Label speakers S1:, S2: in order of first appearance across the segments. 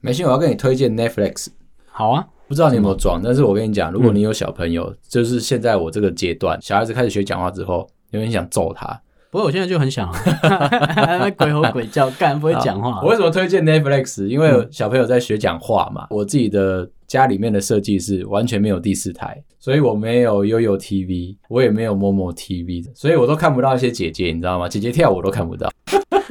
S1: 美心，我要跟你推荐 Netflix，
S2: 好啊，
S1: 不知道你有没有装，但是我跟你讲，如果你有小朋友，就是现在我这个阶段，小孩子开始学讲话之后，有点想揍他。
S2: 不过我现在就很想、啊，啊那 鬼吼鬼叫，干不会讲话嗯
S1: 好我。为什么推荐 Netflix？因为小朋友在学讲话嘛。我自己的家里面的设计是完全没有第四台，所以我没有悠悠 TV，我也没有某某 TV，所以我都看不到一些姐姐，你知道吗？姐姐跳舞我都看不 到，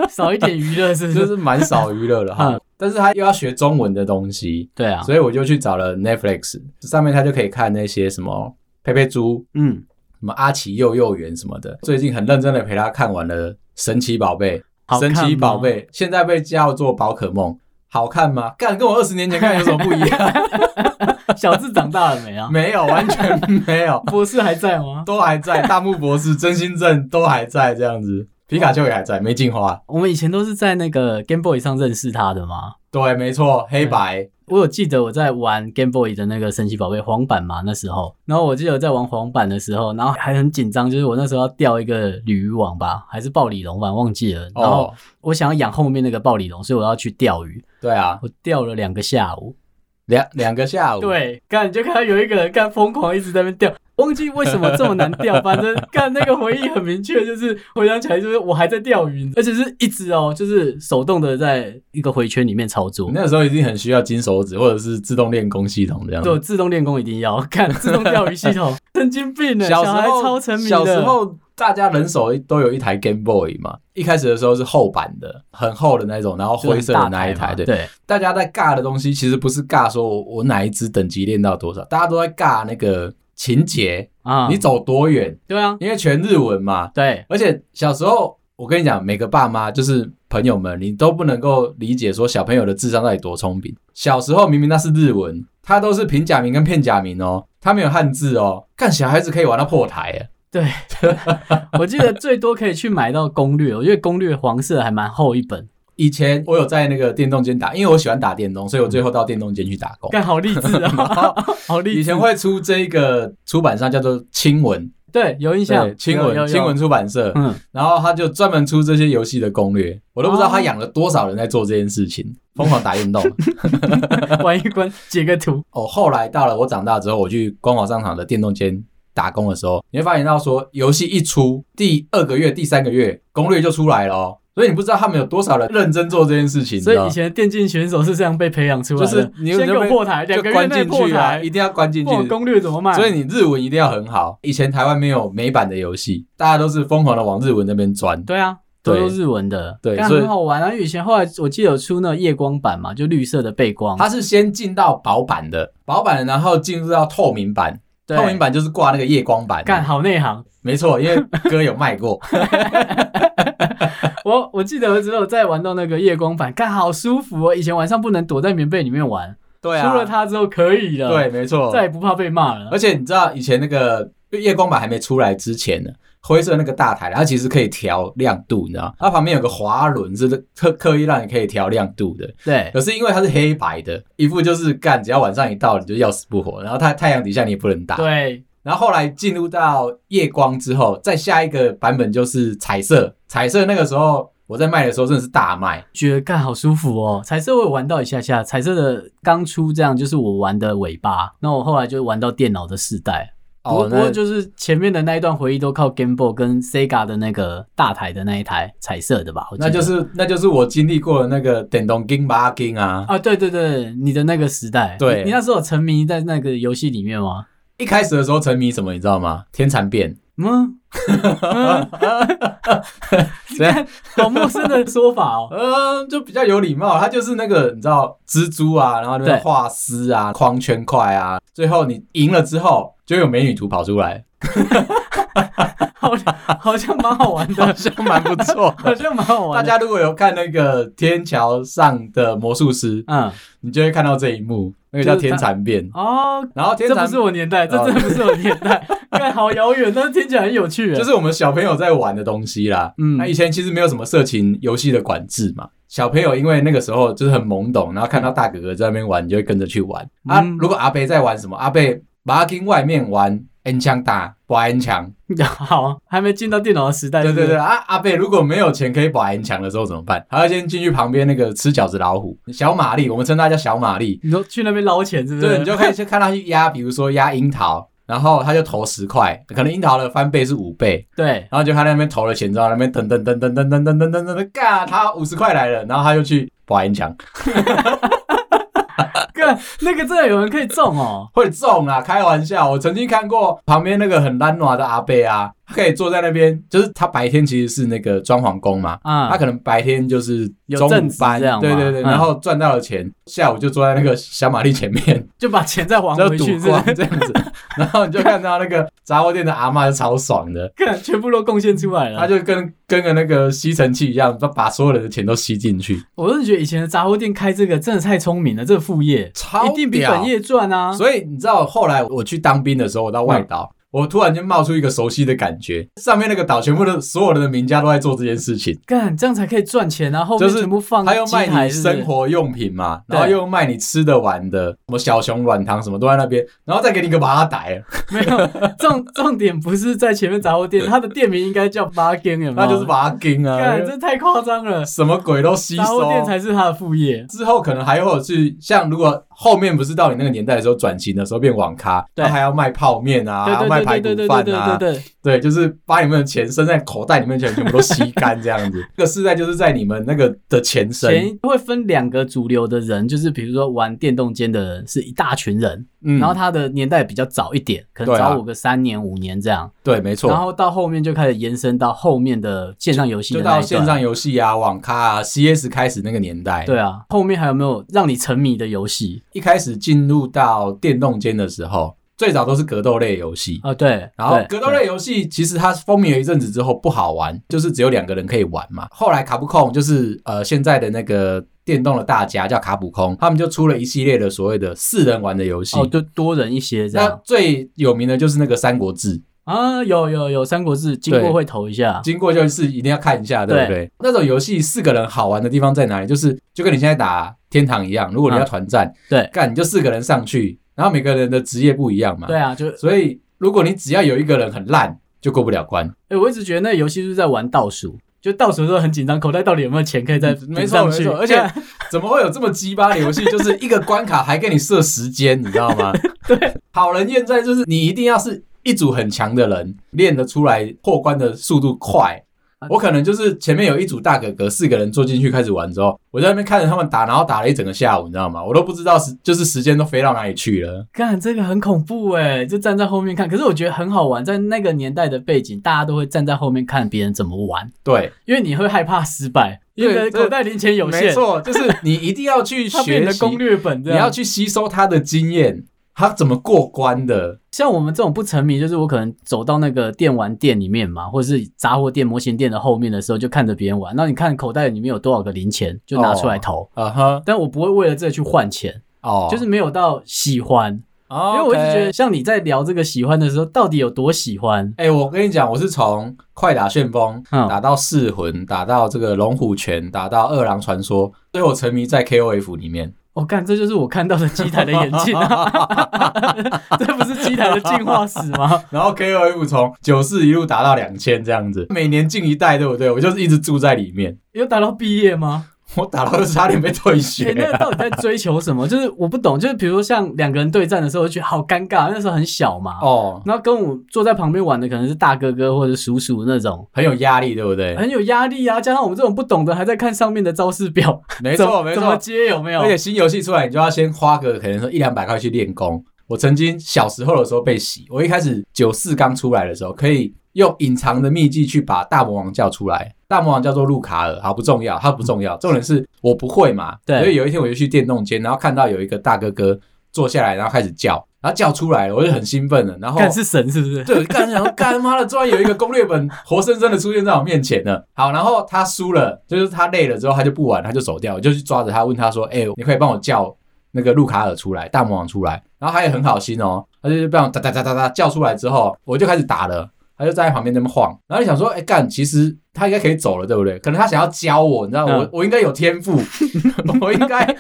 S2: 少一点娱乐是不？
S1: 就是是蛮少娱乐的哈
S2: 嗯。
S1: 但是他又要学中文的东西，
S2: 对啊，
S1: 所以我就去找了 Netflix，上面他就可以看那些什么佩佩猪、
S2: 嗯，
S1: 什么阿奇幼幼园什么的。最近很认真的陪他看完了《神奇宝贝》，
S2: 好看
S1: 神
S2: 吗
S1: 奇宝贝现在被叫做宝可梦，好看吗？干，跟我二十年前看有什么不一 样？
S2: 小智长大了没啊？
S1: 没有，完全没有，
S2: 博士还在吗？
S1: 都还在。大木博士、真心正都还在，这样子，皮卡丘也还在，没进化。
S2: 我们以前都是在那个 Game Boy 上认识他的嘛。
S1: 对，没错，黑白。
S2: 我有记得我在玩 Game Boy 的那个神奇宝贝黄版嘛，那时候，然后我记得我在玩黄版的时候，然后还很紧张，就是我那时候要钓一个鲤鱼网吧，还是暴鲤龙吧，忘记了。然后
S1: 哦，
S2: 我想要养后面那个暴鲤龙，所以我要去钓鱼。
S1: 对啊，
S2: 我钓了两个下午，
S1: 两两个下午。
S2: 对，干你就看到有一个人干疯狂一直在那边钓，忘记为什么这么难 钓，反正干那个回忆很明确，就是回想起来就是我还在钓鱼，而且是一直哦，就是手动的在一个回圈里面操作
S1: 我。那时候已经很需要金手指或者是自动练功系统这样子
S2: 对，。自动练功一定要看自动钓鱼系 统，神经病呢，
S1: 小时
S2: 孩
S1: 候
S2: 超沉迷的。
S1: 小时候大家人手都有一台 Game Boy 嘛，一开始的时候是厚版的，很厚的那种，然后
S2: 就是
S1: 灰色的那一
S2: 大嘛
S1: 台。对，
S2: 对，
S1: 大家在尬的东西其实不是尬说我我哪一只等级练到多少，大家都在尬那个情节，
S2: 啊，
S1: 你走多远，
S2: 对啊，
S1: 因为全日文嘛。
S2: 对，
S1: 而且小时候我跟你讲，每个爸妈就是朋友们，你都不能够理解说小朋友的智商到底多聪明。小时候明明那是日文，他都是平假名跟片假名哦，他没有汉字哦，看小孩子可以玩到破台耶。
S2: 我记得最多可以去买到攻略，我觉得攻略黄色还蛮厚一本，
S1: 以前我有在那个电动间打，因为我喜欢打电动，所以我最后到电动间去打工。
S2: 嗯干好励志啊，好励志。
S1: 以前会出这个出版社叫做青文，
S2: 对有印象
S1: 对，，青
S2: 有有
S1: 文
S2: 有
S1: 青文出版社，
S2: 嗯，
S1: 然后他就专门出这些游戏的攻略，我都不知道
S2: 哦
S1: 他养了多少人在做这件事 情，疯狂打电动。
S2: 玩一关截个图，
S1: 哦，后来到了我长大之后，我去光华商场的电动间打工的时候，你会发现到说，游戏一出，第二个月、第三个月攻略就出来了哦，所以你不知道他们有多少人认真做这件事情。你知
S2: 所以
S1: 道
S2: 以前的电竞选手是这样被培养出来的，
S1: 就是你
S2: 先给
S1: 就
S2: 我
S1: 被
S2: 破台，两
S1: 就
S2: 个月
S1: 关
S2: 内
S1: 进
S2: 破
S1: 去啊，
S2: 台
S1: 一，定要关进
S2: 不然
S1: 去。
S2: 攻略怎么卖？
S1: 所以你日文一定要很好。以前台湾没有美版的游戏，大家都是疯狂的往日文那边钻。
S2: 对啊，都
S1: 对
S2: 是日文的，
S1: 对
S2: 但
S1: 所以
S2: 很好玩啊。因为以前后来我记得有出那个夜光版嘛，就绿色的背光，
S1: 它是先进到薄版的，薄版的，然后进入到透明版，
S2: 对
S1: 透明版就是挂那个夜光版。
S2: 干好内行。
S1: 没错，因为哥有卖 过。
S2: 我我记得我只有在玩到那个夜光版，干好舒服哦。以前晚上不能躲在棉被里面玩，
S1: 对啊
S2: 出了，它之后可以了，
S1: 对，，没错。
S2: 再也不怕被骂了
S1: 而。且你知道以前那个夜光版还没出来之前呢，灰色那个大台，它其实可以调亮度，你知道，它旁边有个滑轮是特刻意让你可以调亮度的。
S2: 对，
S1: 可是因为它是黑白的，一副就是干，只要晚上一到你就要死不活，然后太太阳底下你也不能打。
S2: 对，
S1: 然后后来进入到夜光之后，再下一个版本就是彩色，彩色那个时候我在卖的时候真的是大卖，
S2: 觉得干好舒服哦。彩色我有玩到一下下，彩色的刚出这样就是我玩的尾巴，那我后来就玩到电脑的世代。不过
S1: 不
S2: 不
S1: 过
S2: 过
S1: 就
S2: 就是前面的那一段回忆都靠 Game Boy 跟 Sega 的那个大台的那一台彩色的吧，我记得
S1: 那就是那就是我经历过的那个电动 game 吧 game 啊，
S2: 啊，对对对，你的那个时代，
S1: 对
S2: 你你那时候有沉迷在那个游戏里面吗？
S1: 一开始的时候沉迷什么你知道吗？天蚕变，
S2: 嗯， 嗯你看好陌生的说法 哦。
S1: 呃，就比较有礼貌，它就是那个你知道蜘蛛啊，然后那边
S2: 对
S1: 画丝啊，框圈块啊，最后你赢了之后就有美女图跑出来，
S2: 好，好像蛮 好玩
S1: 好
S2: 的，
S1: 像蛮不错
S2: 好像蛮 好
S1: 大
S2: 玩的。
S1: 家如果有看那个《天桥上的魔术师》，
S2: 嗯，
S1: 你就会看到这一幕，那个
S2: 就是
S1: 叫天蚕变。
S2: 哦，
S1: 然后天
S2: 这不
S1: 蚕
S2: 是我年代，这
S1: 哦
S2: 真的不是我年代， 看好遥远，但是听起来很有趣。
S1: 就是是我们小朋友在玩的东西啦。
S2: 嗯
S1: 那以前其实没有什么色情游戏的管制嘛。小朋友因为那个时候就是很懵懂，然后看到大哥哥在那边玩，你就会跟着去玩。啊
S2: 嗯，
S1: 如果阿贝在玩什么，阿贝把他跟外面玩 N 枪打，保 N 强。
S2: 好，还没进到电脑的时代。
S1: 对
S2: 是不
S1: 对
S2: 是
S1: 对，，啊，阿贝如果没有钱可以保 N 强的时候怎么办？他要先进去旁边那个吃饺子老虎小玛丽，我们称它叫小玛丽。
S2: 你说去那边捞钱是不是？
S1: 对，你就可以去看他去压，比如说压樱桃，然后他就投十块，可能樱桃的翻倍是五倍，
S2: 对
S1: 然后就看他那边投了钱之后，那边等等等等等等等等等等，嘎，他五十块来了，然后他就去保 N 强，
S2: 干那个真的有人可以中哦。
S1: 会中啦，开玩笑。我曾经看过旁边那个很懒惰的阿贝啊，他可以坐在那边，就是他白天其实是那个装潢工嘛。
S2: 啊、
S1: 他可能白天就是
S2: 有
S1: 中
S2: 正
S1: 午
S2: 职
S1: 班，
S2: 这样
S1: 对
S2: 嘛
S1: 对对，
S2: 嗯
S1: 然后赚到了钱，下午就坐在那个小玛丽前 面，
S2: 就把钱再还
S1: 就
S2: 回
S1: 赌
S2: 去，是不
S1: 光
S2: 是？
S1: 这样子， 然后你就看到那个杂货店的阿妈就超爽的，
S2: 干全部都贡献出来了。
S1: 她就跟跟个那个吸尘器一样，把把所有人的钱都吸进去，
S2: 我真的觉得以前的杂货店开这个真的太聪明了，这个副业
S1: 超
S2: 一定比
S1: 屌
S2: 本业赚啊。嗯
S1: 所以你知道，后来我去当兵的时候，我到外岛，我突然间冒出一个熟悉的感觉，上面那个岛全部的所有人的名家都在做这件事情，
S2: 干这样才可以赚钱啊！后面
S1: 就是
S2: 全部放
S1: 他又
S2: 机
S1: 卖
S2: 台
S1: 你
S2: 是不
S1: 生
S2: 是？
S1: 活用品嘛，
S2: 对
S1: 然后又卖你吃的、玩的，什么小熊软糖什么都在那边，然后再给你个麻袋，
S2: 没有重重点不是在前面杂货店，它的店名应该叫 Bargain 有没
S1: 那
S2: 有？
S1: 就是麻金啊
S2: 干，，这太夸张了，
S1: 什么鬼都吸
S2: 杂货
S1: 收。
S2: 店才是它的副业。
S1: 之后可能还会有去，像如果后面不是到你那个年代的时候转型的时候变网咖，
S2: 对
S1: 他还要卖泡面啊，还
S2: 对
S1: 要
S2: 对
S1: 卖排
S2: 对
S1: 骨
S2: 对对对
S1: 饭
S2: 对
S1: 啊
S2: 对，对，
S1: 对，就是把你们的钱伸在口袋里面，钱全部都吸干这 样子。这个世代就是在你们那个的前身，
S2: 钱会分两个主流的人，就是比如说玩电动间的人是一大群人，
S1: 嗯，
S2: 然后他的年代比较早一点，可能
S1: 对啊
S2: 早我个三年五年这样，
S1: 对，没
S2: 然
S1: 错，
S2: 后到后面就开始延伸到后面的线上游戏的
S1: 就
S2: 那一
S1: 到
S2: 段
S1: 线上游戏啊、网咖啊、CS 开始那个年代，，
S2: 对啊，后面还有没有让你沉迷的游戏
S1: 一开始进入到电动间的时候，最早都是格斗类游戏。
S2: 啊？对，
S1: 然后
S2: 对
S1: 格斗类游戏其实它风靡了一阵子之后不好玩，就是只有两个人可以玩嘛。后来卡普空就是呃现在的那个电动的大家叫卡普空，他们就出了一系列的所谓的四人玩的游戏。
S2: 哦，就多人一些这
S1: 那
S2: 样
S1: 最有名的就是那个《三国志》，
S2: 啊，有有有《三国志》，经
S1: 对
S2: 过会投一下，
S1: 经过就是一定要看一下，对不对？那种游戏四个人好玩的地方在哪里？就是就跟你现在打天堂一样，如果你要团战，
S2: 啊对
S1: 干你就四个人上去，然后每个人的职业不一样嘛，
S2: 对，啊，就
S1: 所以如果你只要有一个人很烂，就过不了关。
S2: 哎、我一直觉得那游戏是不是在玩倒数，就倒数的时候很紧张，口袋到底有没有钱可以再
S1: 嗯没
S2: 补
S1: 错
S2: 上
S1: 没
S2: 去
S1: 错，而且怎么会有这么鸡巴的游戏？就是一个关卡还给你设时间，你知道 吗？对，好人厌在就是你一定要是一组很强的人，练得出来破关的速度快。
S2: 啊
S1: 我可能就是前面有一组大哥哥，四个人坐进去开始玩之后，我在那边看着他们打，然后打了一整个下午，你知道吗？我都不知道时就是时间都飞到哪里去了。
S2: 干这个很恐怖哎、就站在后面看。可是我觉得很好玩，在那个年代的背景，大家都会站在后面看别人怎么玩，
S1: 对，
S2: 因为你会害怕失败，因
S1: 对
S2: 为
S1: 这
S2: 口袋零钱有
S1: 没
S2: 限，
S1: 错，就是你一定要去
S2: 它变
S1: 学
S2: 你的
S1: 习，
S2: 攻略本这
S1: 你
S2: 样。
S1: 要去吸收他的经验，他怎么过关的。
S2: 像我们这种不沉迷，就是我可能走到那个电玩店里面嘛，或者是杂货店、模型店的后面的时候，就看着别人玩。那你看口袋里面有多少个零钱，就拿出来投。
S1: 啊哈，
S2: 但我不会为了这去换钱，
S1: 哦，
S2: 就是没有到喜欢，
S1: 因
S2: 因为我一直觉得，像你在聊这个喜欢的时候，到底有多喜欢？
S1: 哎、我跟你讲，我是从快打旋风、
S2: 嗯
S1: 打到噬魂，打到这个龙虎拳，打到二郎传说，所以我沉迷在 KOF 里面。
S2: 我、哦干，这就是我看到的机台的眼镜啊！ 这不是机台的进化史吗？
S1: 然后 KOF 从九四一路打到两千这样子，每年进一代，对不对？我就是一直住在里面，
S2: 有打到毕业吗？
S1: 我打到差点被退
S2: 哎、
S1: 学。
S2: 那到底在追求什么？就是我不懂，就是比如说像两个人对战的时候，我就觉得好尴尬，那时候很小嘛。
S1: 哦，
S2: 然后跟我坐在旁边玩的可能是大哥哥或者叔叔那种，
S1: 很有压力，对不对？
S2: 很有压力啊。加上我们这种不懂的，还在看上面的招式表，
S1: 没
S2: 怎
S1: 错，没
S2: 怎么
S1: 错。
S2: 接有没有
S1: 而？且新游戏出来，你就要先花个可能说一两百块去练功。我曾经小时候的时候被洗，我一开始九四刚出来的时候，可以用隐藏的秘技去把大魔王叫出来。大魔王叫做路卡尔，好不重要，他不重要，重点是我不会嘛。
S2: 对
S1: 所以有一天我就去电动间，然后看到有一个大哥哥坐下来，然后开始叫，然后叫出来了，我就很兴奋了，然后
S2: 看是神是不 是？
S1: 对，干然后干妈的，突然有一个攻略本活生生的出现在我面前了。好，然后他输了，就是他累了之后他就不玩，他就走掉。我就去抓着他，问他说：“哎、你可以帮我叫那个路卡尔出来，大魔王出来。”然后他也很好心哦，他就是帮我哒哒哒哒哒叫出来之后，我就开始打了。他就站在旁边那么晃，然后就想说：“哎、干，其实他应该 可以走了，对不对？可能他想要教我，你知道，
S2: 嗯
S1: 我我应该有天赋，我应该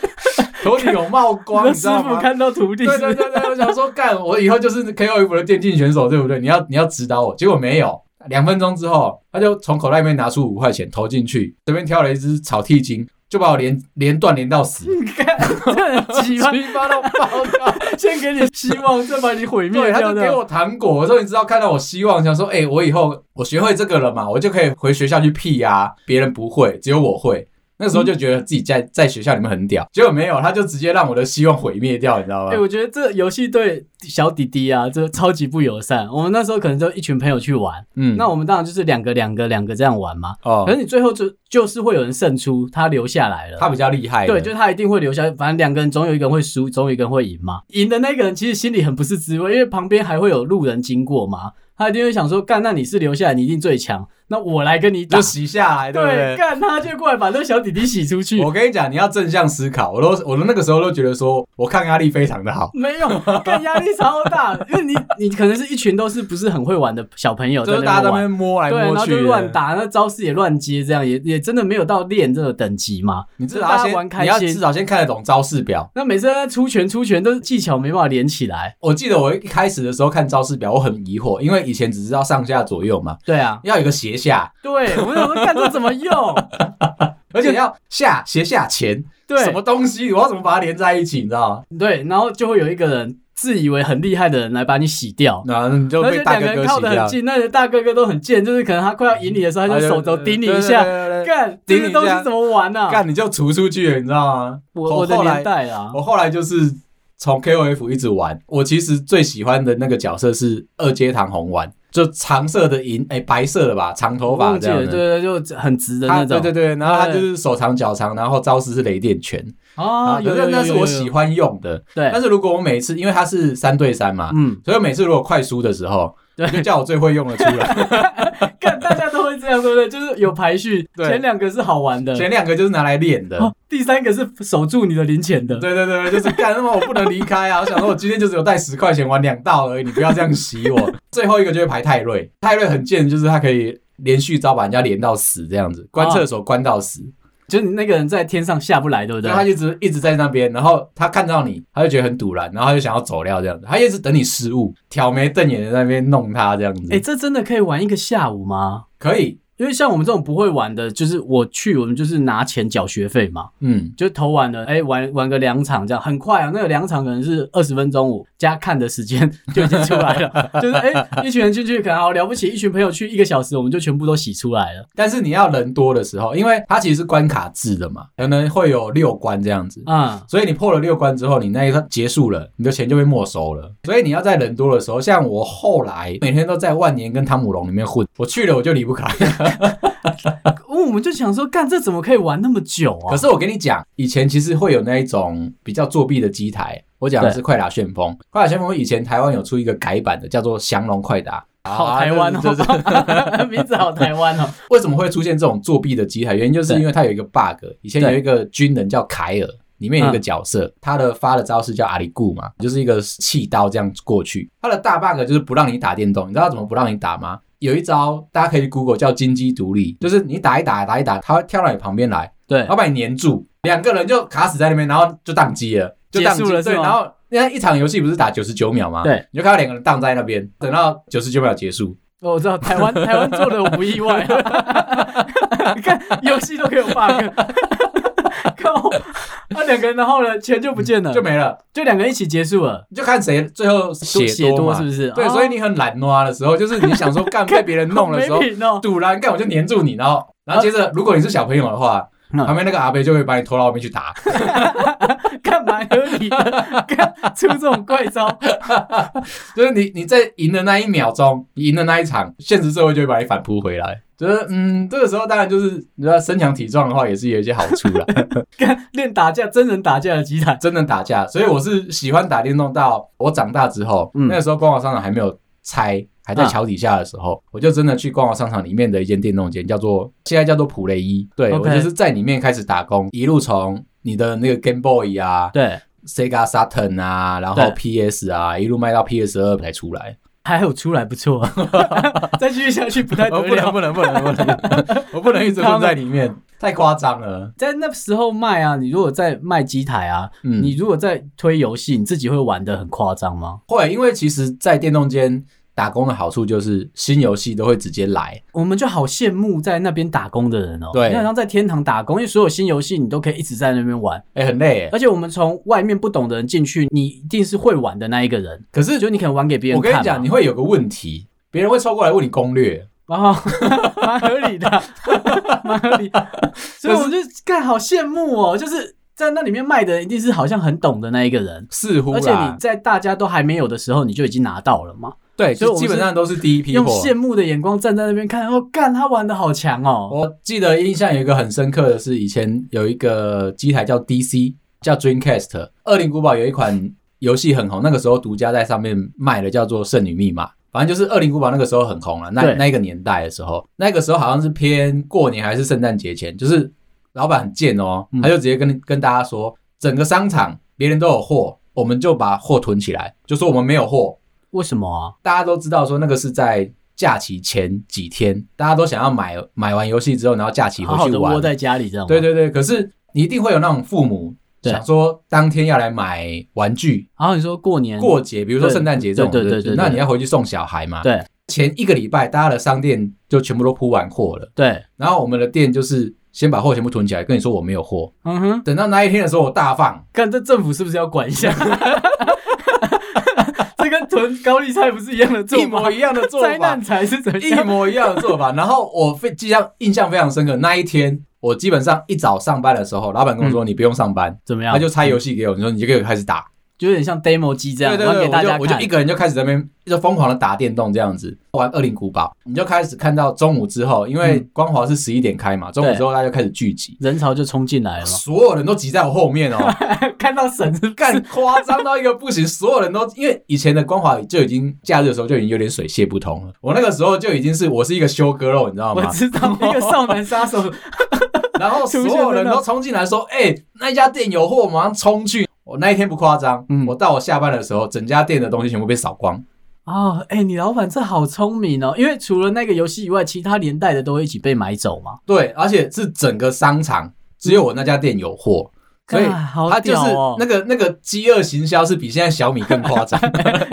S1: 头顶有冒光，
S2: 那
S1: 你
S2: 师
S1: 知道
S2: 傅
S1: 吗？
S2: 看到徒弟
S1: 对
S2: 是
S1: 对对对，我想 说干，我以后就是 KOF 的电竞选手，对不对？你要你要指导我，结果没有。两分钟之后，他就从口袋里面拿出五块钱投进去，随便挑了一只草剃金，就把我连连断连到 死，
S2: 鸡巴，
S1: 七八到爆掉。
S2: 先给你希望，再 把你毁灭
S1: 对，他
S2: 掉
S1: 就给
S2: 的。
S1: 我糖果，我说你知道看到我希望，想说，哎、我以后我学会这个了嘛，我就可以回学校去屁呀、别人不会，只有我会。那时候就觉得自己在在学校里面很屌，结果没有，他就直接让我的希望毁灭掉，你知道吗？
S2: 哎、我觉得这游戏对小弟弟啊，这超级不友善。我们那时候可能就一群朋友去玩，
S1: 嗯，
S2: 那我们当然就是两个、两个、两个这样玩嘛。可
S1: 哦，
S2: 是你最后就就是会有人胜出，他留下来了。
S1: 他比较厉害，
S2: 对，就他一定会留下，反正两个人总有一个人会输，总有一个人会赢嘛。赢的那个人其实心里很不是滋味，因为旁边还会有路人经过嘛，他一定会想说，干，那你是留下来，你一定最强，那我来跟你打
S1: 就。洗下来，对不
S2: 对，
S1: 对？
S2: 干他就过来把那个小弟弟洗出去。
S1: 我跟你讲，你要正向思考。我都，我都那个时候都觉得说，我抗压力非常的好，
S2: 没有，干压力超大，因 为你你可能是一群都是不是很会玩的小朋哦友在
S1: 就是
S2: 那
S1: 大家
S2: 边
S1: 在那
S2: 玩，
S1: 边摸来
S2: 对，然
S1: 摸
S2: 后
S1: 去
S2: 就
S1: 的，
S2: 乱打，那招式也乱接，这样也也真的没有到练这个等级嘛。
S1: 你至
S2: 就
S1: 少
S2: 大
S1: 要
S2: 家
S1: 先，
S2: 玩开
S1: 你要
S2: 心
S1: 至少先看得懂招式表。
S2: 那每次在出拳出拳都是技巧没办法连起来，
S1: 我记得我一开始的时候看招式表，我很疑惑，因为以前只知道上下左右嘛，
S2: 对啊，
S1: 要有一个斜下，
S2: 对，我们想说干这怎么用？
S1: 而且你要下斜下前，
S2: 对，
S1: 什么东西，我要怎么把它连在一起，你知道吗？
S2: 对，然后就会有一个人自以为很厉害的人来把你洗掉，
S1: 然后你就
S2: 而
S1: 被
S2: 且
S1: 大
S2: 两
S1: 哥
S2: 个
S1: 哥
S2: 人靠
S1: 洗
S2: 得
S1: 掉嗯
S2: 很，近，那个大哥哥都很贱，就是可能他快要赢你的时候，他就手肘叮你一下，
S1: 对，对对对对
S2: 干
S1: 叮
S2: 这
S1: 你一下
S2: 个东西怎么玩啊？
S1: 干你就除出去了，你知道吗？
S2: 我我的
S1: 后来
S2: 年代啊，
S1: 我后来就是从 KOF 一直玩，我其实最喜欢的那个角色是二阶堂红丸，就长色的银，哎、白色的吧，长头发
S2: 忘
S1: 这
S2: 记了，
S1: 样
S2: 对
S1: 的。
S2: 对，对就很直的
S1: 他
S2: 那
S1: 对
S2: 种
S1: 对对，然后他
S2: 对
S1: 就是手长脚长，然后招式是雷电拳
S2: 啊，有
S1: 可
S2: 有
S1: 是那是我喜
S2: 欢，
S1: 欢用的。
S2: 对
S1: 但，是如果我每次，因为他是三对三嘛，
S2: 嗯，
S1: 所以我每次如果快输的时候，
S2: 对
S1: 你就叫我最会用的出来。
S2: 干 大家都会这样，对不 对？就是有排序，
S1: 对
S2: 前两个是好玩的，
S1: 前两个就是拿来练的，
S2: 哦第三个是守住你的零钱的，
S1: 对对对，就是干他妈我不能离开啊！我想说，我今天就只有带十块钱玩两道而已，你不要这样洗我。最后一个就是排泰瑞，泰瑞很贱，就是他可以连续招把人家连到死这样子，关厕所关到死，
S2: 就是你那个人在天上下不来，对不对
S1: 然后？他一直一直在那边，然后他看到你，他就觉得很堵然，然后他就想要走掉这样子，他一直等你失误，挑眉瞪眼的在那边弄他这样子。
S2: 哎，这真的可以玩一个下午吗？
S1: 可以，
S2: 因为像我们这种不会玩的，就是我去，我们就是拿钱缴学费嘛，
S1: 嗯，
S2: 就投完了，哎、玩玩个两场这样，很快啊，那个两场可能是二十分钟，我加看的时间 就已经出来了， 就是哎、一群人进去可能好了不起，一群朋友去一个小时，我们就全部都洗出来了
S1: 但是你要人多的时候，因为它其实是关卡制的嘛，可能会有六关这样子。
S2: 啊、
S1: 所以你破了六关之后，你那一个结束了，你的钱就被没收了。所以你要在人多的时候，像我后来每天都在万年跟汤姆龙里面混，我去了我就离不 开。
S2: 哦，我们就想说，干这怎么可以玩那么久啊？
S1: 可是我跟你讲，以前其实会有那一种比较作弊的机台，我讲的是快打旋风。快打旋风以前台湾有出一个改版的，叫做降龙快打。啊
S2: 好台湾哦，
S1: 就是就是
S2: 名字好台湾哦，
S1: 为什么会出现这种作弊的机台？原因就是因为它有一个 bug，以前有一个军人叫凯尔。里面有一
S2: 嗯
S1: 个角色，他的发的招式叫阿里固嘛，就是一个气刀这样过去。他的大 bug 就是不让你打电动，你知道怎么不让你打吗？有一招大家可以 Google 叫金鸡独立，就是你打一打打一打，他会跳到你旁边来，
S2: 对
S1: 然后，把你粘住，两个人就卡死在那边，然后就宕机了，就宕
S2: 结
S1: 机
S2: 束了
S1: 对，
S2: 是吗
S1: 然后那一场游戏不是打九十九秒吗？
S2: 对，
S1: 你就看到两个人宕在那边，等到九十九秒结束，
S2: 哦我知道台湾台湾做的我不意外、啊 看游戏都可以有 bug，靠，那两个人然后呢钱就不见了，
S1: 就
S2: 就
S1: 没了，
S2: 就两个人一起结束了，
S1: 你就看谁最后血
S2: 血
S1: 多
S2: 多
S1: 嘛
S2: 是。不是？
S1: 对，
S2: 哦
S1: 所以你很懒惰啊的时候，就是你想说 干被别人弄的时候
S2: 好，没品啊哦，
S1: 堵然干我就黏住你，然后然后接着，如果你是小朋友的话，
S2: 嗯
S1: 旁边那个阿伯就会把你拖到外面去打。
S2: 干嘛合理的？干出这种怪招，
S1: 就是你你在赢的那一秒钟，你赢的那一场，现实社会就会把你反扑回来。就是嗯，这个时候当然就是你知道身强体壮的话，也是有一些好处啦。
S2: 干练打架，真人打架的机台。
S1: 真的打架，所以我是喜欢打电动到我长大之后，
S2: 嗯啊
S1: 那个时候官网商场还没有拆，还在桥底下的时候，我就真的去官网商场里面的一间电动间，叫做现在叫做普雷伊，对
S2: OK
S1: 我就是在里面开始打工，一路从你的那个 Game Boy 啊、
S2: 对，
S1: Sega Saturn 啊，然后
S2: 对
S1: PS 啊，一路卖到 PS 二才出来。
S2: 还有出来不错， 再继续下去不太得
S1: 哦，不能
S2: 了。
S1: 不能不能不 能，我不能一直混在里面，太夸张了。
S2: 在那时候卖啊，你如果在卖机台啊，
S1: 嗯，
S2: 你如果在推游戏，你自己会玩的很夸张吗？
S1: 会，因为其实，在电动间打工的好处就是新游戏都会直接来，
S2: 我们就好羡慕在那边打工的人哦、
S1: 对
S2: 你好像在天堂打工，因为所有新游戏你都可以一直在那边玩，
S1: 哎、很累哎。
S2: 而且我们从外面不懂的人进去，你一定是会玩的那一个人，
S1: 可是
S2: 就你可能玩给别人
S1: 我跟
S2: 看嘛。
S1: 你讲，你会有个问题，别人会凑过来问你攻略，
S2: 然后哦 蛮合理的， 蛮合理。所以我就看好羡慕哦，就是在那里面卖的人一定是好像很懂的那一个人，
S1: 似乎
S2: 而且你
S1: 啦，
S2: 在大家都还没有的时候，你就已经拿到了嘛。
S1: 对，
S2: 所以我
S1: 就
S2: 们
S1: 基本上都是第一批
S2: 用
S1: 货。
S2: 羡慕的眼光站在那边看，哦，干他玩的好强哦，
S1: 我记得印象有一个很深刻的是，以前有一个机台叫 DC，叫 Dreamcast，《恶灵古堡》有一款游戏很红，那个时候独家在上面卖的，叫做《圣女密码》。反正就是《恶灵古堡》那个时候很红了，那
S2: 对
S1: 那一个年代的时候，那个时候好像是偏过年还是圣诞节前，就是老板很贱哦，
S2: 嗯
S1: 他就直接跟跟大家说，整个商场别人都有货，我们就把货囤起来，就说我们没有货，
S2: 为什么啊？
S1: 大家都知道说那个是在假期前几天，大家都想要买买完游戏之后，然后假期
S2: 好
S1: 回
S2: 好
S1: 去
S2: 的
S1: 玩。
S2: 窝在家里这样吗，
S1: 对对对，可是你一定会有那种父母
S2: 对
S1: 想说当天要来买玩具，
S2: 然后你说过年
S1: 过节，比如说圣诞节这种，
S2: 对对对
S1: 不
S2: 对对
S1: 那你要回去送小孩嘛？
S2: 对
S1: 前一个礼拜，大家的商店就全部都铺完货了，
S2: 对，
S1: 然后我们的店就是先把货全部囤起来，跟你说我没有货，
S2: 嗯哼，
S1: 等到那一天的时候我大放。
S2: 看这政府是不是要管一下？ 这跟囤高丽菜不是一样的做
S1: 一
S2: 法
S1: 模？一样的 做
S2: 灾
S1: 法
S2: 难，才是怎 么
S1: 一
S2: 样？
S1: 模一样的做法。然后我非印象印象非常深刻，那一天我基本上一早上班的时候，老板跟我说你不用上班，
S2: 怎么样？
S1: 他就拆游戏给我，你说你就给我开始打，
S2: 就有点像 demo 机这样
S1: 对对
S2: 玩
S1: 对，
S2: 给大
S1: 我就
S2: 家
S1: 我就
S2: 看
S1: 一。个人就开始在那边就疯狂的打电动这样子，玩《恶灵古堡》，你就开始看到中午之后，因为光华是十一点开嘛，中午之后大家就开始聚集，
S2: 人潮就冲进来了嘛，
S1: 所有人都挤在我后面哦，
S2: 看到 神是
S1: 干夸张到一个不行，所有人都因为以前的光华就已经假日的时候就已经有点水泄不通了，我那个时候就已经是我是一个修割肉，你知道
S2: 我
S1: 吗？
S2: 知道 一个少男杀手，
S1: 然后所有人都冲进来说：“哎、那一家店有货，马上冲去！”我那一天不夸张，
S2: 嗯
S1: 我到我下班的时候，整家店的东西全部被扫光。
S2: 哦，哎、你老板这好聪明哦，因为除了那个游戏以外，其他连带的都会一起被买走嘛。
S1: 对，而且是整个商场只有我那家店有货，所以
S2: 干好
S1: 他就是
S2: 屌哦，
S1: 那个那个饥饿行销是比现在小米更夸 张，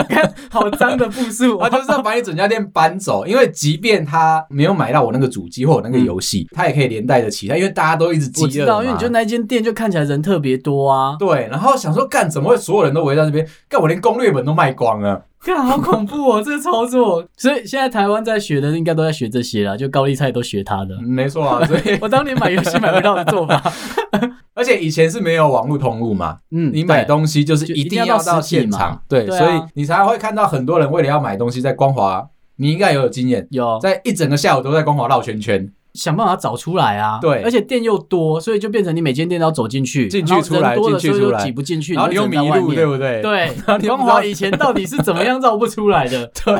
S2: 看 好脏的步 数、
S1: 他
S2: 哦，
S1: 就是要把你整家店搬走，因为即便他没有买到我那个主机或我那个游戏，他也可以连带着其他，因为大家都一直饥
S2: 嗯我
S1: 饿
S2: 知道，
S1: 嘛
S2: 因为你就那间店就看起来人特别多 啊，
S1: 对，然后想说干怎么会所有人都围在这边？干我连攻略本都卖光了。
S2: 看好恐怖哦，这个操作。所以现在台湾在学的应该都在学这些啦，就高丽菜都学他的
S1: 嗯。没错啊，所以
S2: 我当年买游戏买不到的做法，
S1: 而且以前是没有网络通路嘛，
S2: 嗯，
S1: 你买
S2: 对
S1: 东西就是
S2: 就
S1: 一
S2: 一定
S1: 定
S2: 要
S1: 要
S2: 到
S1: 到
S2: 实体
S1: 现
S2: 嘛
S1: 场，对，
S2: 对啊
S1: 所以你才会看到很多人为了要买东西在光华，你应该也有经验，
S2: 有
S1: 在一整个下午都在光华绕圈圈，
S2: 想办法找出来啊。
S1: 对
S2: 而且店又多，所以就变成你每间店都要走进去，
S1: 进去
S2: 然后
S1: 出来
S2: 人多的
S1: 进去
S2: 时
S1: 出
S2: 候又
S1: 来
S2: 挤不进去，
S1: 然后你
S2: 就
S1: 又
S2: 只
S1: 迷
S2: 能在外
S1: 路，
S2: 面
S1: 对不对？ 后你
S2: 对，
S1: 又
S2: 啊
S1: 不
S2: 光
S1: 知道
S2: 华以前到底是怎 么样绕不出来的？
S1: 对，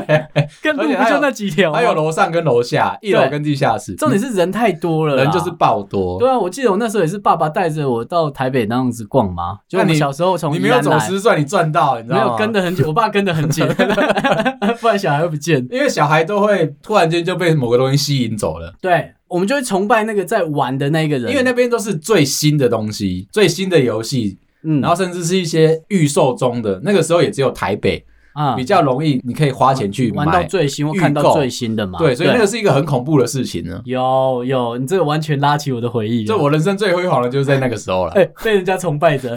S2: 跟路不就那几条吗？
S1: 还有楼上跟楼下，一楼跟地下室，
S2: 重点是人太多了啦，
S1: 人就是爆多。
S2: 对啊，我记得我那时候也是爸爸带着我到台北那样子逛嘛，就我
S1: 那
S2: 们
S1: 你
S2: 小时候从
S1: 你
S2: 宜
S1: 没有
S2: 兰
S1: 走
S2: 来，
S1: 失算你赚到，你知
S2: 啊没
S1: 道吗？
S2: 有跟，的很紧，我爸跟的很 紧， 不然小孩会不见。
S1: 因为小孩都会突然间就被某个东西吸引走了，
S2: 对，我们就会崇拜那个在玩的那个人，
S1: 因为那边都是最新的东西、最新的游戏，
S2: 嗯，
S1: 然后甚至是一些预售中的。那个时候也只有台北
S2: 啊
S1: 比较容易，你可以花钱去
S2: 玩到
S1: 买。
S2: 最新，我
S1: 预
S2: 看到
S1: 购
S2: 最新的嘛，
S1: 对，所以那个是一个很恐怖的事情呢。
S2: 有有，你这个完全拉起我的回忆了，
S1: 就我人生最辉煌的就是在那个时候了。
S2: 哎、被人家崇拜着，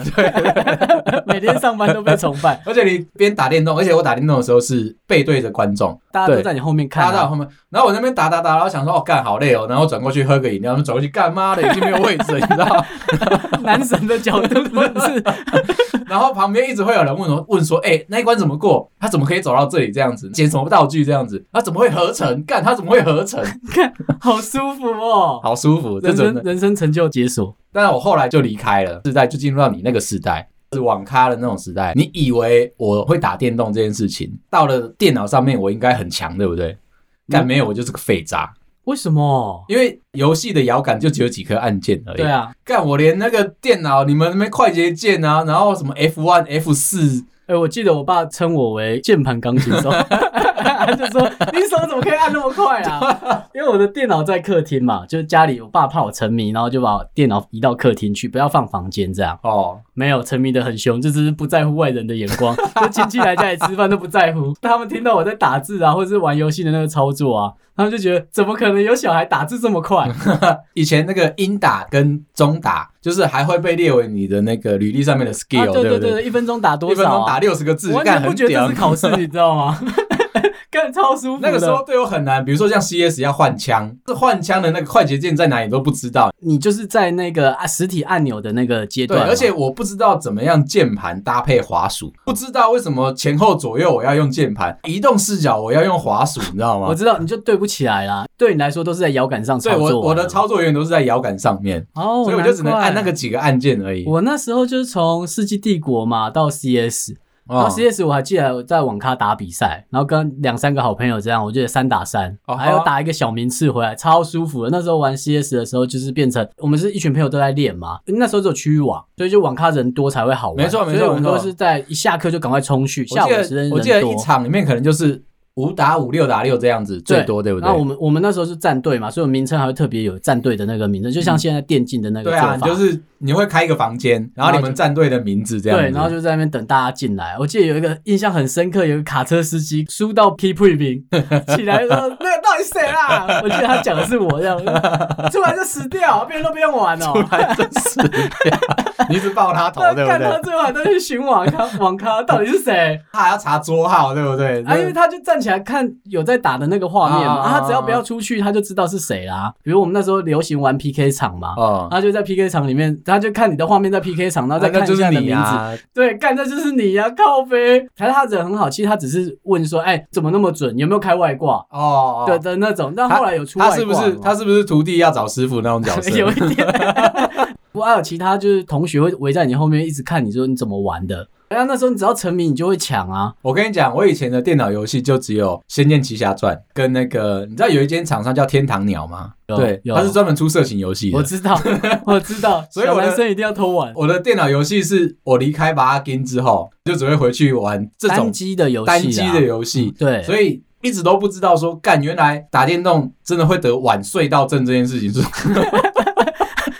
S2: 每天上班都被崇拜，
S1: 而且你边打电动，而且我打电动的时候是背对着观众，
S2: 大家都
S1: 对
S2: 在你后面看、
S1: 打
S2: 啊，
S1: 到后面，然后我那边打打打，然后想说哦干好累哦，然后转过去喝个饮料，然后转过去干妈的已经没有位置了， 你知道吗？
S2: 男神的角度真的 是，
S1: 然后旁边一直会有人问说问说，哎、那一关怎么过？他怎么可以走到这里这样子？捡什么道具这样子？他怎么会合成？干他怎么会合成？
S2: 好舒服哦。
S1: 好舒服，这
S2: 人
S1: 真
S2: 生
S1: 的。
S2: 人生成就解锁，
S1: 但是我后来就离开了，世代就进入到你那个时代，是网咖的那种时代。你以为我会打电动这件事情，到了电脑上面我应该很强，对不对？
S2: 嗯
S1: 但没有，我就是个废渣，
S2: 为什么？
S1: 因为游戏的摇杆就只有几颗按键而已。
S2: 对啊，
S1: 干我连那个电脑，你们那边快捷键啊，然后什么 F one、F 四，
S2: 哎、我记得我爸称我为键盘钢琴手， 他就说你手怎么可以按那么快啊？因为我的电脑在客厅嘛，就是家里我爸怕我沉迷，然后就把电脑移到客厅去，不要放房间这样。
S1: 哦，
S2: 没有沉迷的很凶，就只是不在乎外人的眼光，就亲戚来家里吃饭都不在乎。他们听到我在打字啊，或者是玩游戏的那个操作啊，他们就觉得怎么可能有小孩打字这么快？
S1: 以前那个英打跟中打，就是还会被列为你的那个履历上面的 skill，、
S2: 啊，对
S1: 不
S2: 对对，一分钟打多
S1: 一分
S2: 少、
S1: 钟
S2: 啊
S1: 打？六十个字，
S2: 我完
S1: 干
S2: 全不
S1: 很
S2: 觉得
S1: 屌
S2: 这是。考试，你知道吗？干超舒服的。
S1: 那个时候对我很难，比如说像 CS 要换枪，这换枪的那个快捷键在哪里都不知道，
S2: 你就是在那个啊实体按钮的那个阶
S1: 对，
S2: 段嘛，
S1: 而且我不知道怎么样键盘搭配滑鼠，不知道为什么前后左右我要用键盘，移动视角我要用滑鼠，你知道
S2: 我
S1: 吗？
S2: 知道你就对不起来啦，对你来说都是在摇杆上
S1: 所以
S2: 操作完了。
S1: 我我的操作永远都是在摇杆上面，
S2: 哦，
S1: 所以我就只能
S2: 难怪
S1: 按那个。几个按键而已。
S2: 我那时候就是从《世纪帝国》嘛到 CS，然
S1: 哦
S2: 后 CS 我还记得我在网咖打比赛，然后跟两三个好朋友这样，我记得三打三，
S1: 哦
S2: 还有打一个小名次回来，超舒服的。那时候玩 CS 的时候，就是变成我们是一群朋友都在练嘛，那时候只有区域网，所以就网咖人多才会好玩。
S1: 没错没错
S2: 所以我们
S1: 没错
S2: 都是在一下课就赶快冲去，下午
S1: 我
S2: 时
S1: 记
S2: 间
S1: 得我记得
S2: 人多
S1: 一。场里面可能就是五打五、六打六这样子最多，对不对
S2: 那？我们我们那时候是战队嘛，所以我们名称还会特别有战队的那个名称，就像现在电竞的那个
S1: 嗯对
S2: 做法。
S1: 啊，你就是你会开一个房间，然后你们战队的名字这样子。
S2: 对，然后就在那边等大家进来。我记得有一个印象很深刻，有一个卡车司机输到 P 破冰， 起来说：“那个到底谁啦？”我记得他讲的是我，这样出来就死掉，别人都不用玩 哦。
S1: 还真是， 你一直爆他 头，
S2: 那
S1: 对不
S2: 看他
S1: 对？
S2: 最后还在去寻网咖，网咖到底是谁？
S1: 他还要查桌号，对不对？
S2: 啊，因为他就站起来看有在打的那个画面嘛，
S1: 啊啊啊
S2: 啊他只要不要出去，他就知道是谁啦。比如我们那时候流行玩 PK 场嘛，
S1: 哦，
S2: 他就在 PK 场里面，他就看你的画面在 PK 场，然后再
S1: 那
S2: 看
S1: 就
S2: 一
S1: 是
S2: 下你的
S1: 你
S2: 名字，
S1: 啊，
S2: 对，干这就是你呀、靠呗。可是他人很好，其实他只是问说，哎、怎么那么准？有没有开外挂？
S1: 哦，
S2: 对的那种。但后来有出外
S1: 他
S2: 挂
S1: 是不是
S2: 吗
S1: 他是不是徒弟要找师傅那种角 色？
S2: 有一点。不，还有其他就是同学会围在你后面一直看你说你怎么玩的。然后那时候你只要沉迷，你就会抢啊。
S1: 我跟你讲，我以前的电脑游戏就只有《仙剑奇侠传》跟那个，你知道有一间厂商叫天堂鸟吗？
S2: 有
S1: 对，
S2: 有
S1: 它是专门出色情游戏的
S2: 我。知 道，我知道，
S1: 所以
S2: 小
S1: 我的
S2: 男生一定要偷玩
S1: 我的电脑游戏是我离开巴阿金之后，就只会回去玩这
S2: 单
S1: 种
S2: 机的游戏啊，
S1: 单机的游戏，
S2: 对，
S1: 所以一直都不知道说，干原来打电动真的会得晚睡到症这件事情是，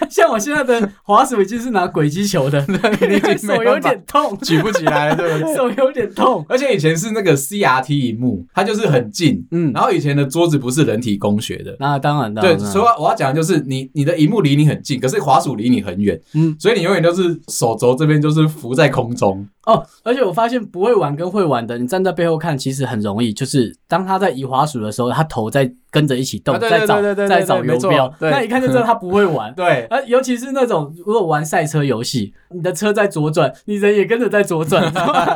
S2: 像我现在的滑鼠已经是拿鬼击球的，
S1: 你已经没
S2: 手有
S1: 办法，
S2: 点痛
S1: 举不起来了，对 不对？
S2: 手有点痛。
S1: 而且以前是那个 CRT 荧幕，它就是很近，
S2: 嗯，
S1: 然后以前的桌子不是人体工学的。
S2: 那当然的，
S1: 对，
S2: 当然
S1: 所以我要讲的就是你你的荧幕离你很近，可是滑鼠离你很远，
S2: 嗯，
S1: 所以你永远都是手肘这边就是浮在空中。
S2: 哦，而且我发现不会玩跟会玩的，你站在背后看，其实很容易，就是当他在移滑鼠的时候，他头在跟着一起动，
S1: 啊对
S2: 在找
S1: 对对对对
S2: 在找
S1: 对没
S2: 游
S1: 错
S2: 标，
S1: 对
S2: 那一看就知道他不会玩。
S1: 对，
S2: 啊，尤其是那种如果玩赛车游戏，你的车在左转，你人也跟着在 左转，你知道吗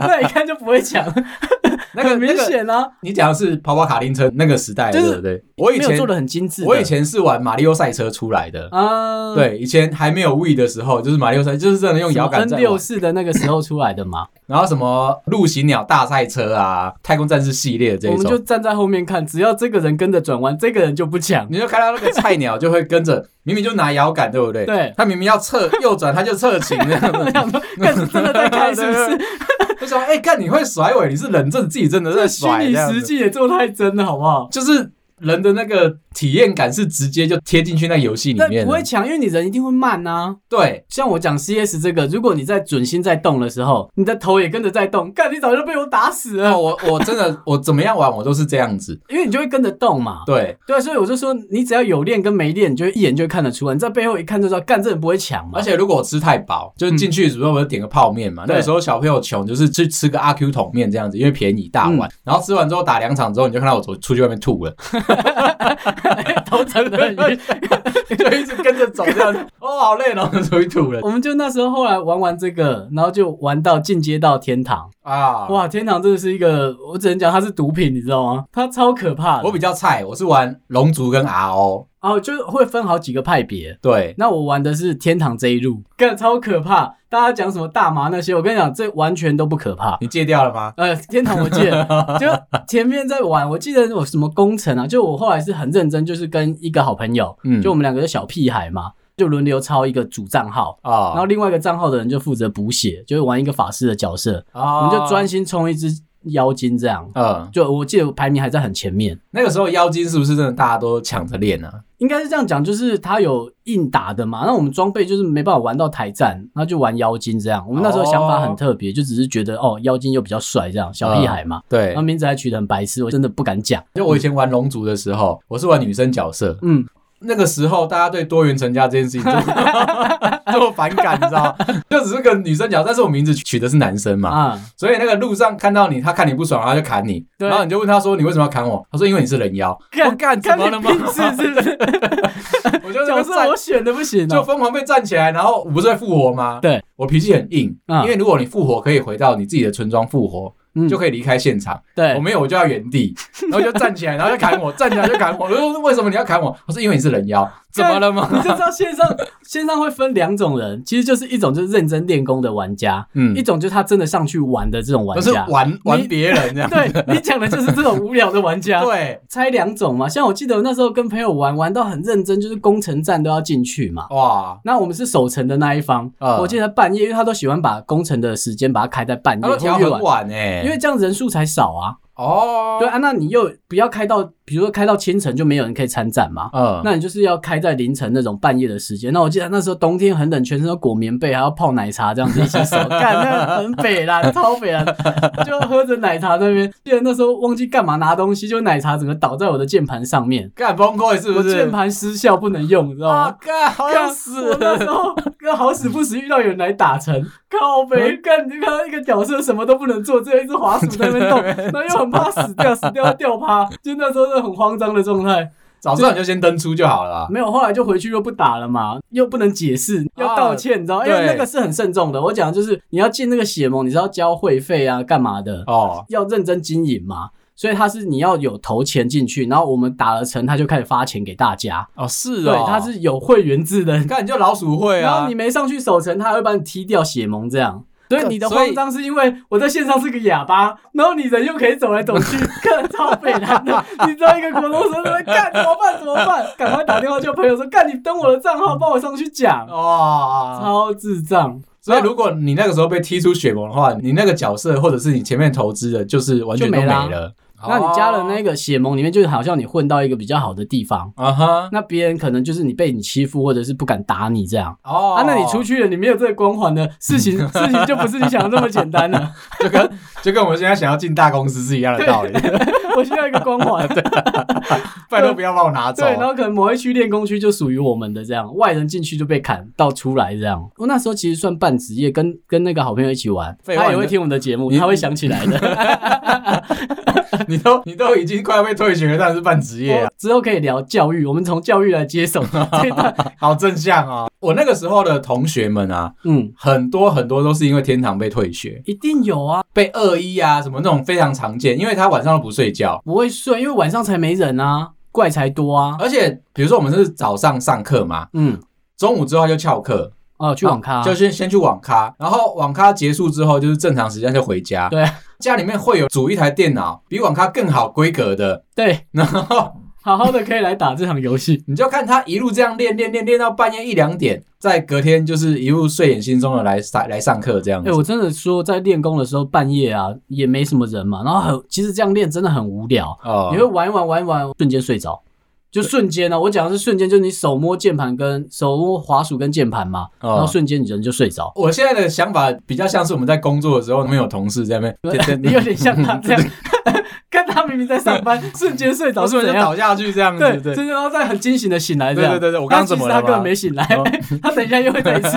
S2: 那一看就不会抢，
S1: 那个
S2: 很明
S1: 那个
S2: 显啊，
S1: 你讲的是跑跑卡丁车那个时代的，
S2: 就是
S1: 对不对？我以
S2: 没有
S1: 前
S2: 做的很精致的。
S1: 我以前是玩马里奥赛车出来的，
S2: 啊，，
S1: 对，以前还没有 We 的时候，就是马里奥赛，就是真的用摇杆
S2: N
S1: 在
S2: 六
S1: 玩。
S2: 四的那个时候出来的嘛，
S1: 然后什么陆行鸟大赛车啊，太空战士系列 这
S2: 我
S1: 一
S2: 们就
S1: 种，
S2: 站在后面看，只要这个人跟着转弯，这个人就不抢。
S1: 你就看到那个菜鸟就会跟 着，明明就拿摇杆，对不对？
S2: 对
S1: 他明明要侧右转，他就侧 倾这样
S2: 我
S1: 子。
S2: 想说，干是真的 在开是不是？
S1: 就说：“哎、干你会甩尾，你是人，这自己真的在
S2: 这虚
S1: 甩。”
S2: 拟实，际也做太真了，好不好？
S1: 就是人的那个体验感是直接就贴进去那个游戏里
S2: 但
S1: 面啊
S2: 不
S1: 的
S2: 会。抢，因为你人一定会慢啊。
S1: 对，
S2: 像我讲 CS 这个，如果你在准心在动的时候，你的头也跟着在动，干你早就被我打死
S1: 那
S2: 了，
S1: 我我真的我怎么样玩，我都是这样子。
S2: 因为你就会跟着动嘛。
S1: 对，
S2: 对，所以我就说，你只要有练跟没练，你就会一眼就会看得出来。你在背后一看就知道，干这人不会抢 嘛
S1: 而。且如果我吃太饱，就是进去，比如说我就点个泡面嘛。
S2: 嗯对
S1: 那个时候小朋友穷，就是去吃个阿 Q 桶面这样子，因为便宜大
S2: 嗯
S1: 碗。然后吃完之后打两场之后，你就看到我走出去外面吐 了，
S2: 头真的很晕。
S1: 就一直跟着走这样 子。哦，好累，然后就出去吐了
S2: 我们就那时候后来玩完这个，然后就玩到进阶到天堂。
S1: 啊！
S2: 哇，天堂真的是一个，我只能讲它是毒品，你知道吗？它超可怕的。
S1: 我比较菜，我是玩龙族跟 RO。
S2: 哦，就是会分好几个派别。
S1: 对，
S2: 那我玩的是天堂这一路，干超可怕！大家讲什么大麻那些，我跟你讲，这完全都不可怕。
S1: 你戒掉了吗？
S2: 呃，天堂我记得，就前面在玩，我记得有什么工程啊，就我后来是很认真，就是跟一个好朋友，
S1: 嗯
S2: 就我们两个是小屁孩嘛，就轮流抄一个主账号，然
S1: 啊
S2: 后另外一个账号的人就负责补血，就是玩一个法师的角色，
S1: 啊
S2: 我们就专
S1: 心
S2: 心冲一只妖精这样。
S1: 嗯，
S2: 就我记得我排名还在很前面，
S1: 那个时候妖精是不是真的大家都抢着练啊？
S2: 应该是这样讲，就是它有硬打的嘛，那我们装备就是没办法玩到台战，那就玩妖精这样。我们那时候想
S1: 哦
S2: 法很特别，就只是觉得哦，妖精又比较帅这样，小屁孩嘛，
S1: 对
S2: 然后，名字还取得很白痴，我真的不敢讲。
S1: 就我以前玩龙族的时候，我是玩女生角色，
S2: 嗯，
S1: 那个时候大家对多元成家这件事情就 就反感，你知 道吗？就只是个女生角色，但是我名字取的是男生嘛，
S2: 啊，
S1: 所以那个路上看到你，他看你不爽，然后他就砍你，
S2: 对
S1: 然后你就问他说你为什么要砍我？他说因为你是人妖，
S2: 干
S1: 我干怎
S2: 看
S1: 么
S2: 你
S1: 了吗？
S2: 名字是不是？
S1: 我就这
S2: 角
S1: 样
S2: 色
S1: 站
S2: 我。选的不行
S1: 就
S2: 哦。
S1: 疯狂被站起来，然后我不是会复活吗？
S2: 对，
S1: 我脾气很硬，
S2: 嗯
S1: 因为如果你复活，可以回到你自己的村庄复活，
S2: 嗯
S1: 就可以离开现场。
S2: 对
S1: 我，没有，我就要原地，然后就站起来，然后就砍我，站起来就砍我。我就说为什么你要砍我？我说因为你是人妖，怎么了吗？
S2: 你就知道线上线上会分两种人，其实就是一种就是认真练功的玩家，
S1: 嗯
S2: 一，种就是他真的上去玩的这种玩
S1: 就是
S2: 家。
S1: 玩玩别人这样。
S2: 对你 啊讲的就是这种无聊的玩 家，
S1: 对，
S2: 拆两种嘛。像我记得我那时候跟朋友玩，玩到很认真，就是攻城战都要进去嘛。
S1: 哇，
S2: 那我们是守城的那一方，
S1: 嗯
S2: 我记得半夜，因为他都喜欢把攻城的时间把它开在半
S1: 他
S2: 夜
S1: 们
S2: 或
S1: 调
S2: 夜
S1: 很
S2: 晚，
S1: 晚哎，
S2: 因为这样人数才少啊。
S1: 哦，
S2: 对，啊，那你又不要开到，比如说开到清晨就没有人可以参战嘛。
S1: 嗯，
S2: 那你就是要开在凌晨那种半夜的时间。那我记得那时候冬天很冷，全身都裹棉被，还要泡奶茶这样子一起守，干那很北 啦，超北啦，就喝着奶茶在那边。记得那时候忘记干嘛拿东西，就奶茶整个倒在我的键盘上面，
S1: 干崩溃是不
S2: 我
S1: 是？
S2: 键盘失效不能用，你知道
S1: 啊
S2: 吗？
S1: 干，好
S2: 干
S1: 想死
S2: 我那时候跟好死不死遇到有人来打成，靠北，干你就看到一个角色什么都不能做，只有一只滑鼠在那 边动，然后又很怕死掉，死掉要掉趴，就那时候是很慌张的状态。
S1: 早知道你就先登出就好了啦。
S2: 没有，后来就回去又不打了嘛，又不能解释，要道歉，你知道吗？因
S1: 啊对
S2: 为那个是很慎重的。我讲的就是你要进那个血盟，你是要交会费啊，干嘛的，
S1: 哦，
S2: 要认真经营嘛。所以他是你要有投钱进去，然后我们打了成，他就开始发钱给大家。
S1: 哦是
S2: 对，他是有会员制的，
S1: 干你就老鼠会
S2: 然后
S1: 啊
S2: 你，没上去守城，他还会把你踢掉血盟这样。所以你的
S1: 所以
S2: 慌张是因为我在线上是个哑巴，然后你人又可以走来走去，看超北 南的，你知道一个国中生在那边干怎么办？怎么办？赶快打电话叫朋友说，干你登我的账号，帮我上去讲，
S1: 哦，
S2: 超智障，
S1: 所以如果你那个时候被踢出血盟的话，你那个角色或者是你前面投资的，就是完全都
S2: 就没啦
S1: 了。
S2: 那你加了那
S1: 个
S2: 个血盟里面，就是好像你混到一个比较好的地方，
S1: 啊哈
S2: 那别人可能就是你被你欺负，或者是不敢打你这样。
S1: 哦，
S2: 啊，那你出去了，你没有这个光环的事情， 事情就不是你想的那么简单了。
S1: 就跟就跟我们现在想要进大公司是一样的道理，
S2: 我需要一个光环。
S1: 拜托不要把我拿走
S2: 对，。然后可能某一区练功区就属于我们的这样，外人进去就被砍到出来这样。我那时候其实算半职业，跟跟那个好朋友一起玩，
S1: 废话
S2: 他也
S1: 你
S2: 会
S1: 的
S2: 听我们的节目，
S1: 你
S2: 他会想起 来的。
S1: 你都你都已经快要被退学了，但是半职业啊
S2: 我，之后可以聊教育，我们从教育来 接手这一段。
S1: 好正向哦。我那个时候的同学们啊，
S2: 嗯，
S1: 很多很多都是因为天堂被退学，
S2: 一定有啊，
S1: 被恶意啊什么那种非常常见，因为他晚上都不睡觉。
S2: 不会睡，因为晚上才没人啊，怪才多啊。
S1: 而且比如说我们是早上上课嘛，
S2: 嗯，
S1: 中午之后他就翘课，
S2: 哦，去网咖、
S1: 就先先去网咖，然后网咖结束之后就是正常时间就回家。
S2: 对，
S1: 家里面会有组一台电脑，比网咖更好规格的，
S2: 对，
S1: 然后
S2: 好好的可以来打这场游
S1: 。
S2: 戏
S1: 你就看他一路这样练练练练到半夜一两点，再隔天就是一路睡眼惺忪的来上来上课这样
S2: 哎、
S1: 子。
S2: 我真的说，在练功的时候半夜啊，也没什么人嘛，然后很，其实这样练真的很无聊。
S1: 哦
S2: 你会玩一玩玩一玩，瞬间睡着，就瞬间啊呢、我讲的是瞬间，就是你手摸键盘跟手摸滑鼠跟键盘嘛，然后
S1: 哦
S2: 瞬间你人就睡 着。
S1: 我现在的想法比较像是我们在工作的时候，我们有同事在那边，
S2: 你有点像他这样，看他明明在上班，瞬间睡 着
S1: 老
S2: 是
S1: 师们
S2: 怎
S1: 就
S2: 样？
S1: 倒下去这样子，
S2: 对，
S1: 对
S2: 瞬。间然后再很惊醒的醒来这样。
S1: 对对对对我刚刚
S2: 但其实
S1: 怎么了
S2: 他根本
S1: 嘛
S2: 没醒来
S1: 哦，
S2: 他等一下又会再 一次，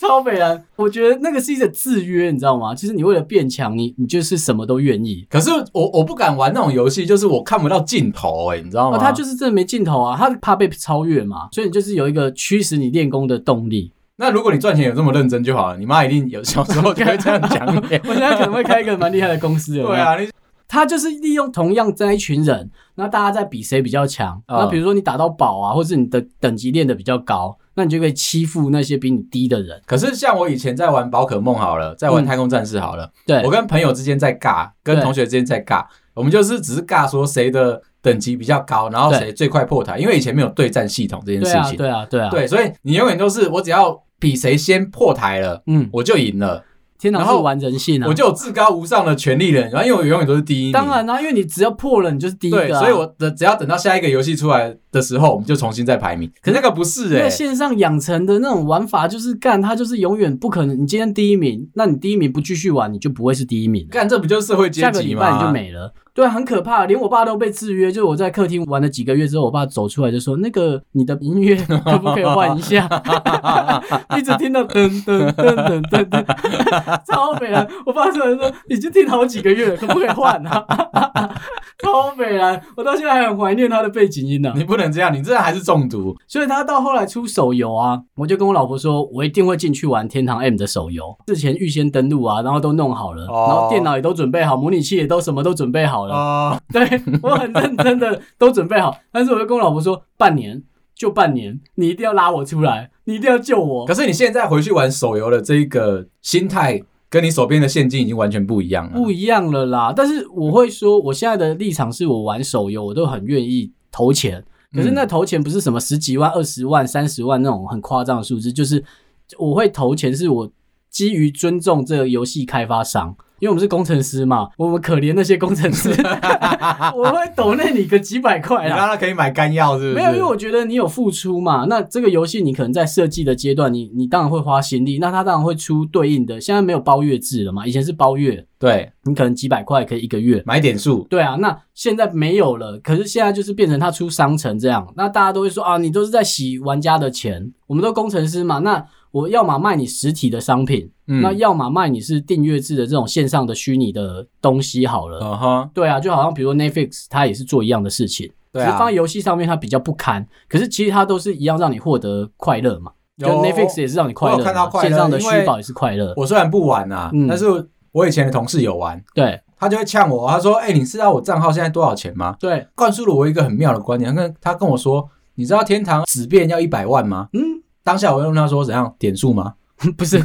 S2: 超北然。我觉得那个是一种制约，你知道吗？就是你为了变强，你你就是什么都愿意。
S1: 可是我我不敢玩那种游戏，就是我看不到尽头、哎，你知道吗？
S2: 哦，他就是真的没尽头啊，他怕被超越嘛，所以你就是有一个驱使你练功的动力。
S1: 那如果你赚钱有这么认真就好了，你妈一定有小时候就会这样讲你。
S2: 我现在可能会开一个蛮厉害的公司，有没有
S1: 对，啊，你
S2: 他就是利用同样这一群人，那大家在比谁比较强。
S1: 嗯
S2: 那比如说你打到宝啊，或是你的等级练得比较高，那你就可以欺负那些比你低的人。
S1: 可是像我以前在玩宝可梦好了，在
S2: 嗯
S1: 玩太空战士好了，
S2: 对
S1: 我，跟朋友之间在尬，跟
S2: 对
S1: 同学之间在尬，我们就是只是尬说谁的等级比较高，然后
S2: 对
S1: 谁最快破塔，因为以前没有对战系统这件
S2: 对
S1: 事
S2: 啊，
S1: 情，
S2: 对啊，对啊，
S1: 对，所以你永远都是我只要比谁先破台了，
S2: 嗯，
S1: 我就赢了。
S2: 天堂
S1: 然
S2: 是
S1: 后
S2: 玩人性啊。
S1: 我就有至高无上的权利了，然后因为我永远都是第一名，
S2: 当然啦、因为你只要破了，你就是第一
S1: 对，
S2: 个、啊。
S1: 所以我的只要等到下一个游戏出来的时候，我们就重新再排名。可那个不是
S2: 因
S1: 哎、
S2: 为线上养成的那种玩法就是干，它就是永远不可能。你今天第一名，那你第一名不继续玩，你就不会是第一名了。
S1: 干这不就是社会阶
S2: 下个
S1: 级
S2: 礼拜你就
S1: 吗？
S2: 没了。对，啊很可怕，连我爸都被制约。就是我在客厅玩了几个月之后，我爸走出来就说：“那个你的音乐可不可以换一下？” 一直听到噔噔噔噔噔噔， 超美了。我爸突然说：“已经听好几个月了，可不可以换啊？” 超美了，我到现在还很怀念他的背景音呢、
S1: 你不能这样，你这还是中毒。
S2: 所以他到后来出手游啊，我就跟我老婆说，我一定会进去玩《天堂 M》的手游。之前预先登录啊，然后都弄好了，
S1: 哦
S2: 然后电脑也都准备好，模拟器也都什么都准备好了。
S1: 哦，
S2: 对我很认真的都准备好，但是我就跟我老婆说，半年就半年，你一定要拉我出来，你一定要救我
S1: 可。是你现在回去玩手游的这一个心态，跟你手边的现金已经完全不一样了。
S2: 不一样了啦，但是我会说，我现在的立场是我玩手游，我都很愿意投钱。可是那投钱不是什么十几万、二十万、三十万那种很夸张的数字，就是我会投钱，是我基于尊重这个游戏开发商，因为我们是工程师嘛，我们可怜那些工程师， 我会抖那你个几百块
S1: 哎你
S2: 啦
S1: 让。他可以买干药是不是？
S2: 没有，因为我觉得你有付出嘛。那这个游戏你可能在设计的阶段，你你当然会花心力，那它当然会出对应的。现在没有包月制了嘛，以前是包月，
S1: 对
S2: 你可能几百块可以一个月。
S1: 买点数，
S2: 对啊，那现在没有了，可是现在就是变成它出商城这样，那大家都会说啊，你都是在洗玩家的钱。我们都工程师嘛，那我要么卖你实体的商品，
S1: 嗯，
S2: 那要么卖你是订阅制的这种线上的虚拟的东西好了。
S1: 嗯哼，
S2: 对啊，就好像比如说 Netflix，它也是做一样的事情。
S1: 对
S2: 只是放
S1: 啊
S2: 在，游戏上面它比较不堪，可是其实它都是一样让你获得快乐嘛。就
S1: 有
S2: Netflix 也是让你快乐
S1: 我有看
S2: 嘛
S1: 到，快乐
S2: 线上的
S1: 因为
S2: 虚宝也是快乐。
S1: 我虽然不玩啊，
S2: 嗯
S1: 但是我以前的同事有玩，
S2: 对
S1: 他就会呛我，他说：“哎、你知道我账号现在多少钱吗
S2: 对，？”
S1: 灌输了我一个很妙的观念，他跟他跟我说：“你知道天堂纸片要一百万吗？”
S2: 嗯，
S1: 当下我就问他说：“怎样点数吗
S2: 不是，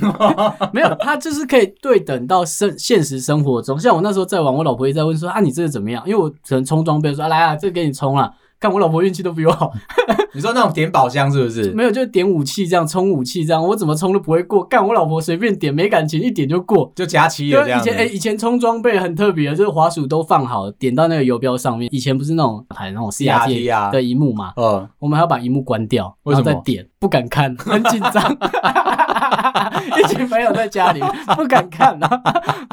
S2: 没有，它就是可以对等到生现实生活中。像我那时候在玩，我老婆也在问说啊，你这个怎么样？因为我可能充装备说、啊、来啊，这给你充了。看我老婆运气都比 我好，？”
S1: 你说那种点宝箱是不是？
S2: 没有就点武器这样，充武器这样，我怎么充都不会过。干我老婆随便点，没感情一点就过。
S1: 就加七
S2: 对，
S1: 了这样
S2: 以
S1: 子
S2: 前哎、以前充装备很特别，就是滑鼠都放好，点到那个游标上面。以前不是那种还那种
S1: CRT
S2: CRT
S1: 啊，
S2: 的荧幕嘛，
S1: 呃，
S2: 我们还要把荧幕关掉，
S1: 为
S2: 然
S1: 什
S2: 后
S1: 么
S2: 再点，不敢看，很紧张。 一群朋友在家里不敢看啊，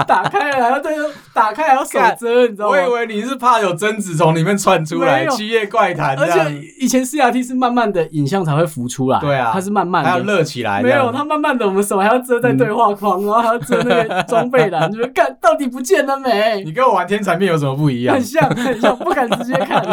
S2: 打开了，然后再用打开还要手遮，你知道
S1: 我以
S2: 吗？
S1: 为你是怕有贞子从里面窜出
S2: 没
S1: 来，
S2: 有
S1: 七夜怪谈这
S2: 而
S1: 样
S2: 且，以前 CRT 是慢慢的影像才会浮出来，
S1: 对啊
S2: 它是慢慢
S1: 还要
S2: 的。
S1: 热起来，
S2: 没
S1: 这
S2: 有，
S1: 样嗯
S2: 它慢慢的，我们手还要遮在对话框，然后还要遮那个装备栏，就是看到底不见了没？
S1: 你跟我玩天才面有什么不一样
S2: 很？像，很像，不敢直接 看，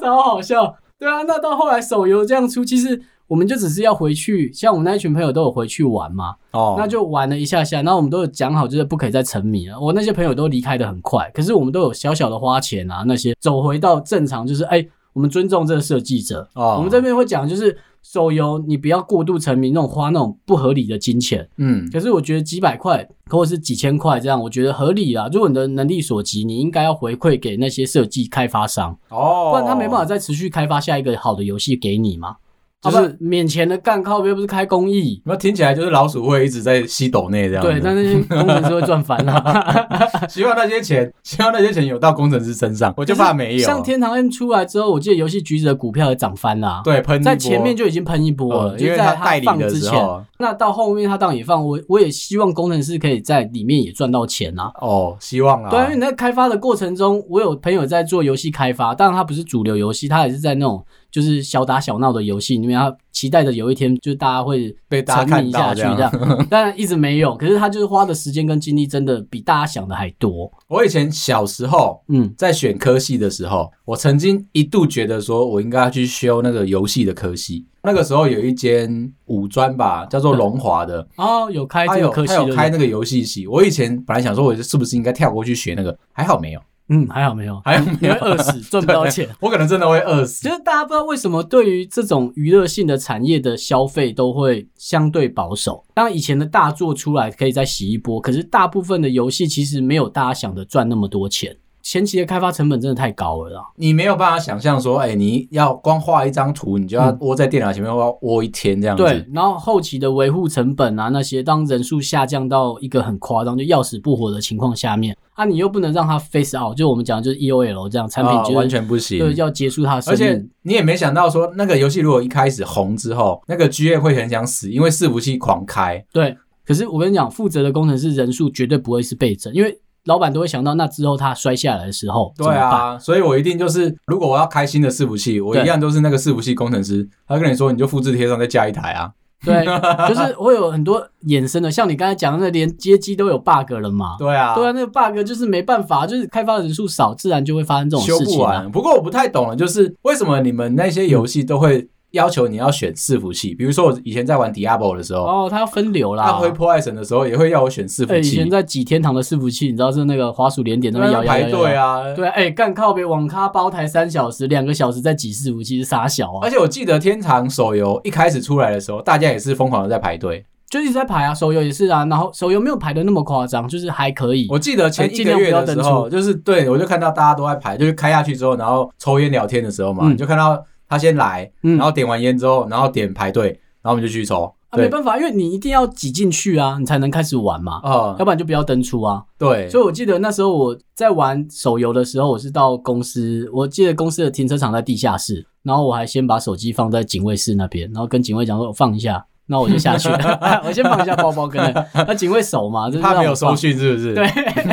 S2: 超好笑。对啊，那到后来手游这样出，其实我们就只是要回去，像我们那一群朋友都有回去玩嘛，
S1: 哦
S2: 那就玩了一下下，然后我们都有讲好，就是不可以再沉迷了。我那些朋友都离开的很快，可是我们都有小小的花钱啊，那些走回到正常，就是哎、我们尊重这个设计者。
S1: 哦
S2: 我们这边会讲，就是手游你不要过度沉迷，那种花那种不合理的金钱。
S1: 嗯，
S2: 可是我觉得几百块或者是几千块这样，我觉得合理啦。如果你的能力所及，你应该要回馈给那些设计开发商，
S1: 哦，
S2: 不然他没办法再持续开发下一个好的游戏给你嘛。
S1: 就
S2: 就是是免钱的干靠，又不是开公益。
S1: 那听起来就是老鼠会一直在吸斗内这样子。
S2: 对，但是工程师会赚翻了。
S1: 希望那些钱， 希望那些钱有到工程师身上， 我就怕没有。
S2: 像天堂 M 出来之后，我记得游戏橘子的股票也涨翻了、啊。
S1: 对喷一波
S2: 在前面就已经喷一波了，
S1: 呃
S2: 就
S1: 因为
S2: 在
S1: 代理
S2: 放
S1: 的
S2: 之
S1: 时
S2: 前。
S1: 候，哦
S2: 那到后面他当然也放，我我也希望工程师可以在里面也赚到钱啊。
S1: 哦，希望啊，
S2: 对啊，因为你在开发的过程中，我有朋友在做游戏开发，当然他不是主流游戏，他也是在那种就是小打小闹的游戏里面，他期待着有一天就是大家会
S1: 被大家
S2: 沉
S1: 看
S2: 迷
S1: 到
S2: 下去
S1: 这
S2: 这
S1: 样。
S2: 样，当然一直没有，可是他就是花的时间跟精力真的比大家想的还多。
S1: 我以前小时候
S2: 嗯，
S1: 在选科系的时候，我曾经一度觉得说我应该要去修那个游戏的科系。那个时候有一间五专吧，叫做龙华的，
S2: 哦，有开
S1: 他
S2: 这
S1: 有
S2: 个科系
S1: 他有
S2: 的
S1: 开，那个游戏系。我以前本来想说，我是不是应该跳过去学那个？还好没 有，
S2: 嗯，还好没有，
S1: 还好没
S2: 你
S1: 有
S2: 会，饿死，赚不到钱。
S1: 我可能真的会饿死
S2: 其。实大家不知道为什么对于这种娱乐性的产业的消费都会相对保守。当然以前的大作出来可以再洗一波，可是大部分的游戏其实没有大家想的赚那么多钱。前期的开发成本真的太高了啦。
S1: 你没有办法想象说，哎、你要光画一张图，你就要窝在电脑前面要窝一天这样子。
S2: 对，然后后期的维护成本啊，那些当人数下降到一个很夸张，就要死不活的情况下面，啊，你又不能让它 face out，就我们讲的就是 EOL 这样产品
S1: 啊
S2: 就是、
S1: 完全不行。
S2: 对，要结束它的生
S1: 而且
S2: 命。
S1: 你也没想到说，那个游戏如果一开始红之后，那个 GA 会很想死，因为伺服器狂开。
S2: 对，可是我跟你讲，负责的工程师人数绝对不会是倍增，因为老板都会想到那之后它摔下来的时候怎
S1: 对
S2: 么办？
S1: 啊，所以我一定就是，如果我要开新的伺服器，我
S2: 对
S1: 一样都是那个伺服器工程师，他跟你说你就复制贴上再加一台啊。
S2: 对， 就是会有很多衍生的，像你刚才讲的，那连街机都有 bug 了嘛。
S1: 对啊，
S2: 对啊，那个 bug 就是没办法，就是开发的人数少，自然就会发生这种
S1: 修
S2: 事
S1: 不
S2: 情、啊。
S1: 完。不过我不太懂了，就是为什么你们那些游戏都会要求你要选伺服器？比如说我以前在玩 Diablo 的时候，
S2: 哦，它要分流啦。
S1: 他挥破坏神的时候也会要我选伺
S2: 哎、
S1: 服
S2: 以前
S1: 器，
S2: 在几天堂的伺服器，你知道是那个滑鼠连点那边
S1: 要
S2: 摇摇摇
S1: 排
S2: 摇
S1: 队。啊。
S2: 对，哎、干靠别网咖包台三小时，两个小时在挤伺服器是傻小啊
S1: 而，且我记得天堂手游一开始出来的时候，大家也是疯狂的在排队。
S2: 就一直在排啊，手游也是啊，然后手游没有排的那么夸张，就是还可以。
S1: 我记得前一
S2: 尽
S1: 个
S2: 量
S1: 月
S2: 不要
S1: 的时
S2: 登
S1: 候，
S2: 出
S1: 就是对我就看到大家都在排，就是开下去之后，然后抽烟聊天的时候嘛，
S2: 嗯
S1: 你就看到他先来，
S2: 嗯
S1: 然后点完烟之后，然后点排队，然后我们就去抽。
S2: 啊，没
S1: 对，
S2: 办法，因为你一定要挤进去啊，你才能开始玩嘛，
S1: 啊，
S2: 要不然就不要登出啊。
S1: 对，
S2: 所以我记得那时候我在玩手游的时候，我是到公司，我记得公司的停车场在地下室，然后我还先把手机放在警卫室那边，然后跟警卫讲说我放一下，那我就下去 了，我先放一下包包跟那，那警卫手嘛，就是
S1: 怕没
S2: 让
S1: 有
S2: 我
S1: 收
S2: 放。
S1: 讯是不是？
S2: 对，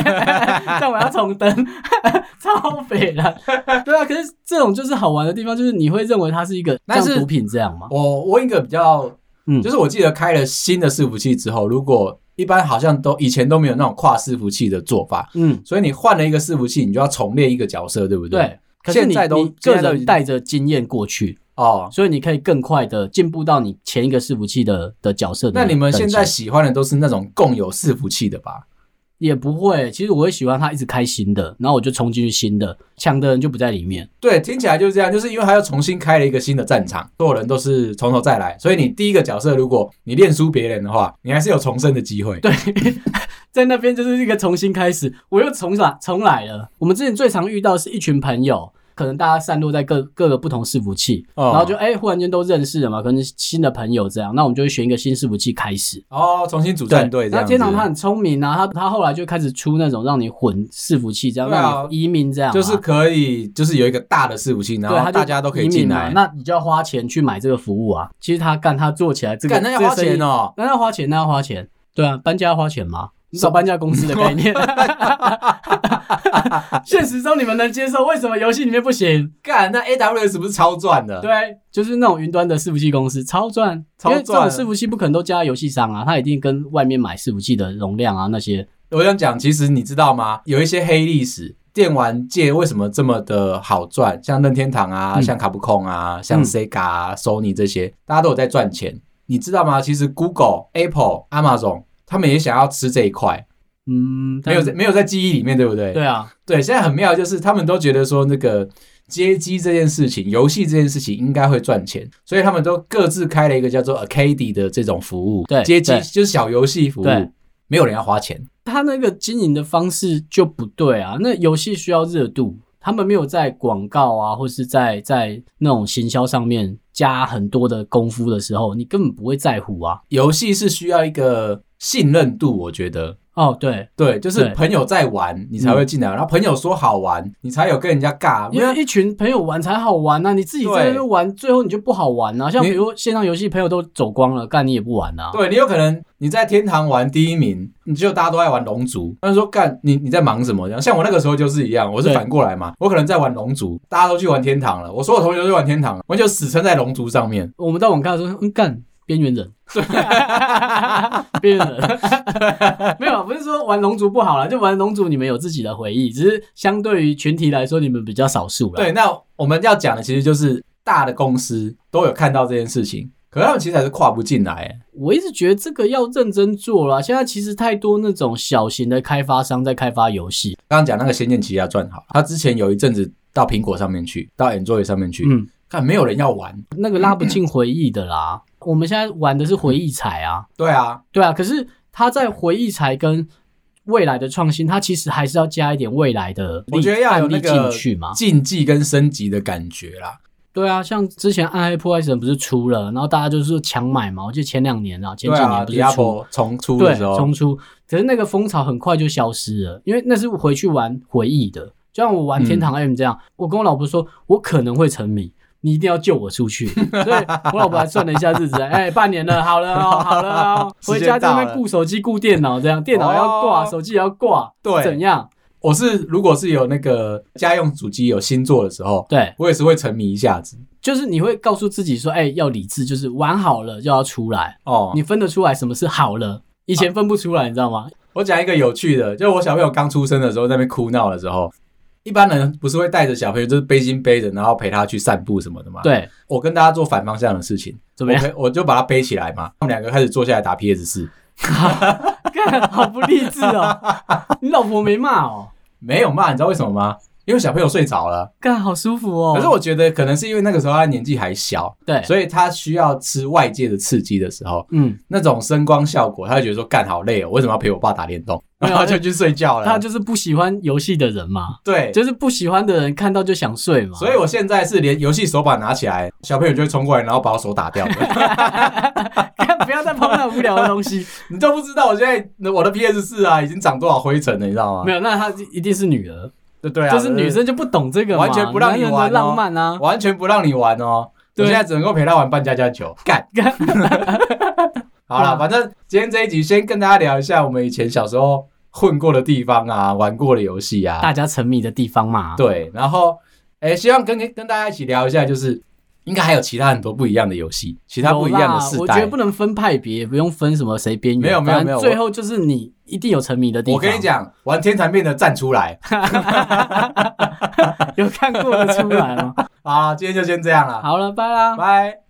S2: 但我要重登， 超肥的。对啊，可是这种就是好玩的地方，就是你会认为它是一个
S1: 但
S2: 像
S1: 是
S2: 毒品这样嘛？
S1: 我我问一个比较，
S2: 嗯
S1: 就是我记得开了新的伺服器之后，如果一般好像都以前都没有那种跨伺服器的做法，
S2: 嗯，
S1: 所以你换了一个伺服器，你就要重练一个角色，对不对？
S2: 对。可是你
S1: 现在都
S2: 你个
S1: 现在都已
S2: 人
S1: 经
S2: 带着经验过去，
S1: 哦，
S2: 所以你可以更快的进步到你前一个伺服器的的角色
S1: 那
S2: 的等级。
S1: 你们现在喜欢的都是那种共有伺服器的吧？
S2: 也不会，其实我会喜欢他一直开新的，然后我就冲进去新的，抢的人就不在里面。
S1: 对，听起来就是这样，就是因为他又重新开了一个新的战场，所有人都是从头再来，所以你第一个角色，如果你练输别人的话，你还是有重生的机会。对，
S2: 在那边就是一个重新开始，我又重来重来了。我们之前最常遇到是一群朋友，可能大家散落在各各个不同伺服器，
S1: 哦
S2: 然后就哎、忽然间都认识了嘛，可能是新的朋友这样，那我们就会选一个新伺服器开始。
S1: 哦，重新组战队这样
S2: 然后
S1: 子。
S2: 天堂他很聪明啊，他他后来就开始出那种让你混伺服器，这样、
S1: 对啊
S2: 让你移民这样啊、
S1: 就是可以，就是有一个大的伺服器，然
S2: 对，
S1: 后
S2: 他就
S1: 大家都可以
S2: 移民
S1: 进
S2: 嘛
S1: 来。
S2: 那你就要花钱去买这个服务啊。其实他干他做起来这个
S1: 干那要花钱
S2: 哦，
S1: 哦，
S2: 那要花钱，那要花钱。对啊，搬家要花钱吗？你找搬家公司的概念。 现实中你们能接受，为什么游戏里面不行？
S1: 干那 AWS 不是超赚的？
S2: 对，就是那种云端的伺服器公司超赚，
S1: 超赚
S2: 因为这种伺服器不可能都加游戏商啊，他一定跟外面买伺服器的容量啊那些。
S1: 我想讲，其实你知道吗？有一些黑历史，电玩界为什么这么的好赚？像任天堂啊，
S2: 嗯
S1: 像卡布空啊，像
S2: 嗯
S1: Sega 啊、Sony 这些，大家都有在赚钱。你知道吗？其实 Google、Apple、Amazon 他们也想要吃这一块，
S2: 嗯，
S1: 没
S2: 但
S1: 有在没有在记忆里面，对不对？
S2: 对啊，
S1: 对，现在很妙，就是他们都觉得说那个街机这件事情、游戏这件事情应该会赚钱，所以他们都各自开了一个叫做 Arcade 的这种服务，
S2: 对
S1: 街机
S2: 对
S1: 就是小游戏服
S2: 对
S1: 务，没有人要花钱。
S2: 他那个经营的方式就不对啊。那游戏需要热度，他们没有在广告啊，或是在在那种行销上面加很多的功夫的时候，你根本不会在乎啊。
S1: 游戏是需要一个信任度，我觉得。
S2: 哦，对，
S1: 对，就是
S2: 对嗯
S1: 朋友在玩，你才会进来，然后朋友说好玩，你才有跟人家尬。
S2: 因
S1: 因
S2: 为
S1: 为
S2: 一群朋友玩才好玩呐、啊，你自己在那边玩，最后你就不好玩呐、啊。像
S1: 你
S2: 比如线上游戏，朋友都走光了，干你也不玩呐、啊。
S1: 对你有可能你在天堂玩第一名，你就大家都爱玩龙族，他们说干你你在忙什么？这样像我那个时候就是一样，我是
S2: 对
S1: 反过来嘛，我可能在玩龙族，大家都去玩天堂了，我所有同学都去玩天堂了，我就死撑在龙族上面。
S2: 我们到网咖的时候，嗯，干边缘人， 边缘人，没有，啊不是说玩龙族不好啦，就玩龙族你们有自己的回忆，只是相对于群体来说，你们比较少数啦。
S1: 对，那我们要讲的其实就是大的公司都有看到这件事情，可是他们其实还是跨不进来。欸
S2: 我一直觉得这个要认真做啦。现在其实太多那种小型的开发商在开发游戏，
S1: 刚刚讲那个《仙剑奇侠传》好，他之前有一阵子到苹果上面去，到 Android 上面去，
S2: 嗯，
S1: 看没有人要玩。
S2: 那个拉不进回忆的啦。我们现在玩的是回忆彩啊，
S1: 对啊，
S2: 对啊，可是他在回忆才跟未来的创新，它其实还是要加一点未来的
S1: 我
S2: 例
S1: 觉得要有
S2: 案
S1: 那
S2: 例
S1: 个
S2: 进去嘛。
S1: 竞技跟升级的感觉啦。
S2: 对啊，像之前《暗黑破坏神》不是出了，然后大家就是强买嘛。我记得前两年啊，前
S1: 对
S2: 几
S1: 啊
S2: 年不是出，
S1: ，Diablo 重出
S2: 对
S1: 的时，候
S2: 冲，出。可是那个风潮很快就消失了，因为那是回去玩回忆的。就像我玩《天堂 M》这样，我跟我老婆说，我可能会沉迷，你一定要救我出 去。所以我老婆还算了一下日子，哎，半年了，好了哦， 好了哦，
S1: 时
S2: 回
S1: 间
S2: 家这
S1: 到
S2: 边
S1: 了
S2: 顾手机、顾电脑，这样电脑要挂，
S1: 哦
S2: 手机也要挂，
S1: 对
S2: 怎样？
S1: 我是如果是有那个家用主机有新作的时候，
S2: 对，
S1: 我也是会沉迷一下子
S2: 就是你会告诉自己说，哎，要理智，就是玩好了就要出来，
S1: 哦。
S2: 你分得出来什么是好了，以前分不出来，你知道吗？
S1: 我讲一个有趣的，就是我小朋友刚出生的时候，在那边哭闹的时候，一般人不是会带着小朋友就是背心背着，然后陪他去散步什么的吗？，
S2: 对，
S1: 我跟大家做反方向的事情，
S2: 怎么样
S1: 我？陪？我就把他背起来嘛，他们两个开始坐下来打 PS 四，
S2: 干，好不励志 哦！你老婆没骂哦？
S1: 没有骂，你知道为什么吗？因为小朋友睡着了，
S2: 干，好舒服哦。
S1: 可是我觉得可能是因为那个时候他年纪还小，
S2: 对，
S1: 所以呃他需要吃外界的刺激的时候，
S2: 嗯，
S1: 那种声光效果，他就觉得说干好累哦，为什么要陪我爸打电动？
S2: 没有
S1: 然后就去睡觉了。
S2: 他就是不喜欢游戏的人嘛，
S1: 对，
S2: 就是不喜欢的人看到就想睡嘛。
S1: 所以我现在是连游戏手把拿起来，小朋友就会冲过来，然后把我手打掉。
S2: 干不要再碰那种无聊的 东西。
S1: 你都不知道我现在我的 PS 四啊，已经长多少灰尘了，你知道吗
S2: 没？有，那他一定是女儿，
S1: 对对啊，
S2: 就是女生就不懂这个嘛，
S1: 完全不让你玩哦
S2: 男人的浪漫啊。
S1: 完全不让你玩哦。我
S2: 对
S1: 现在只能够陪他玩扮家家酒， 干
S2: 干。
S1: 好了，
S2: 嗯
S1: 反正今天这一集先跟大家聊一下我们以前小时候混过的地方啊，玩过的游戏啊，
S2: 大家沉迷的地方嘛，
S1: 对，然后诶，希望跟跟大家一起聊一下，就是应该还有其他很多不一样的游戏，其
S2: 有
S1: 他
S2: 啦，
S1: 不一样的世
S2: 我觉
S1: 代
S2: 得。不能分派别，也不用分什么谁边缘，
S1: 没有没有
S2: 反正
S1: 没有
S2: 最后就是你一定有沉迷的地方。
S1: 我跟你，讲，玩天蚕变的站出来
S2: 有看过的出来吗？
S1: 啊！今天就先这样了，
S2: 好了，拜啦。
S1: 拜。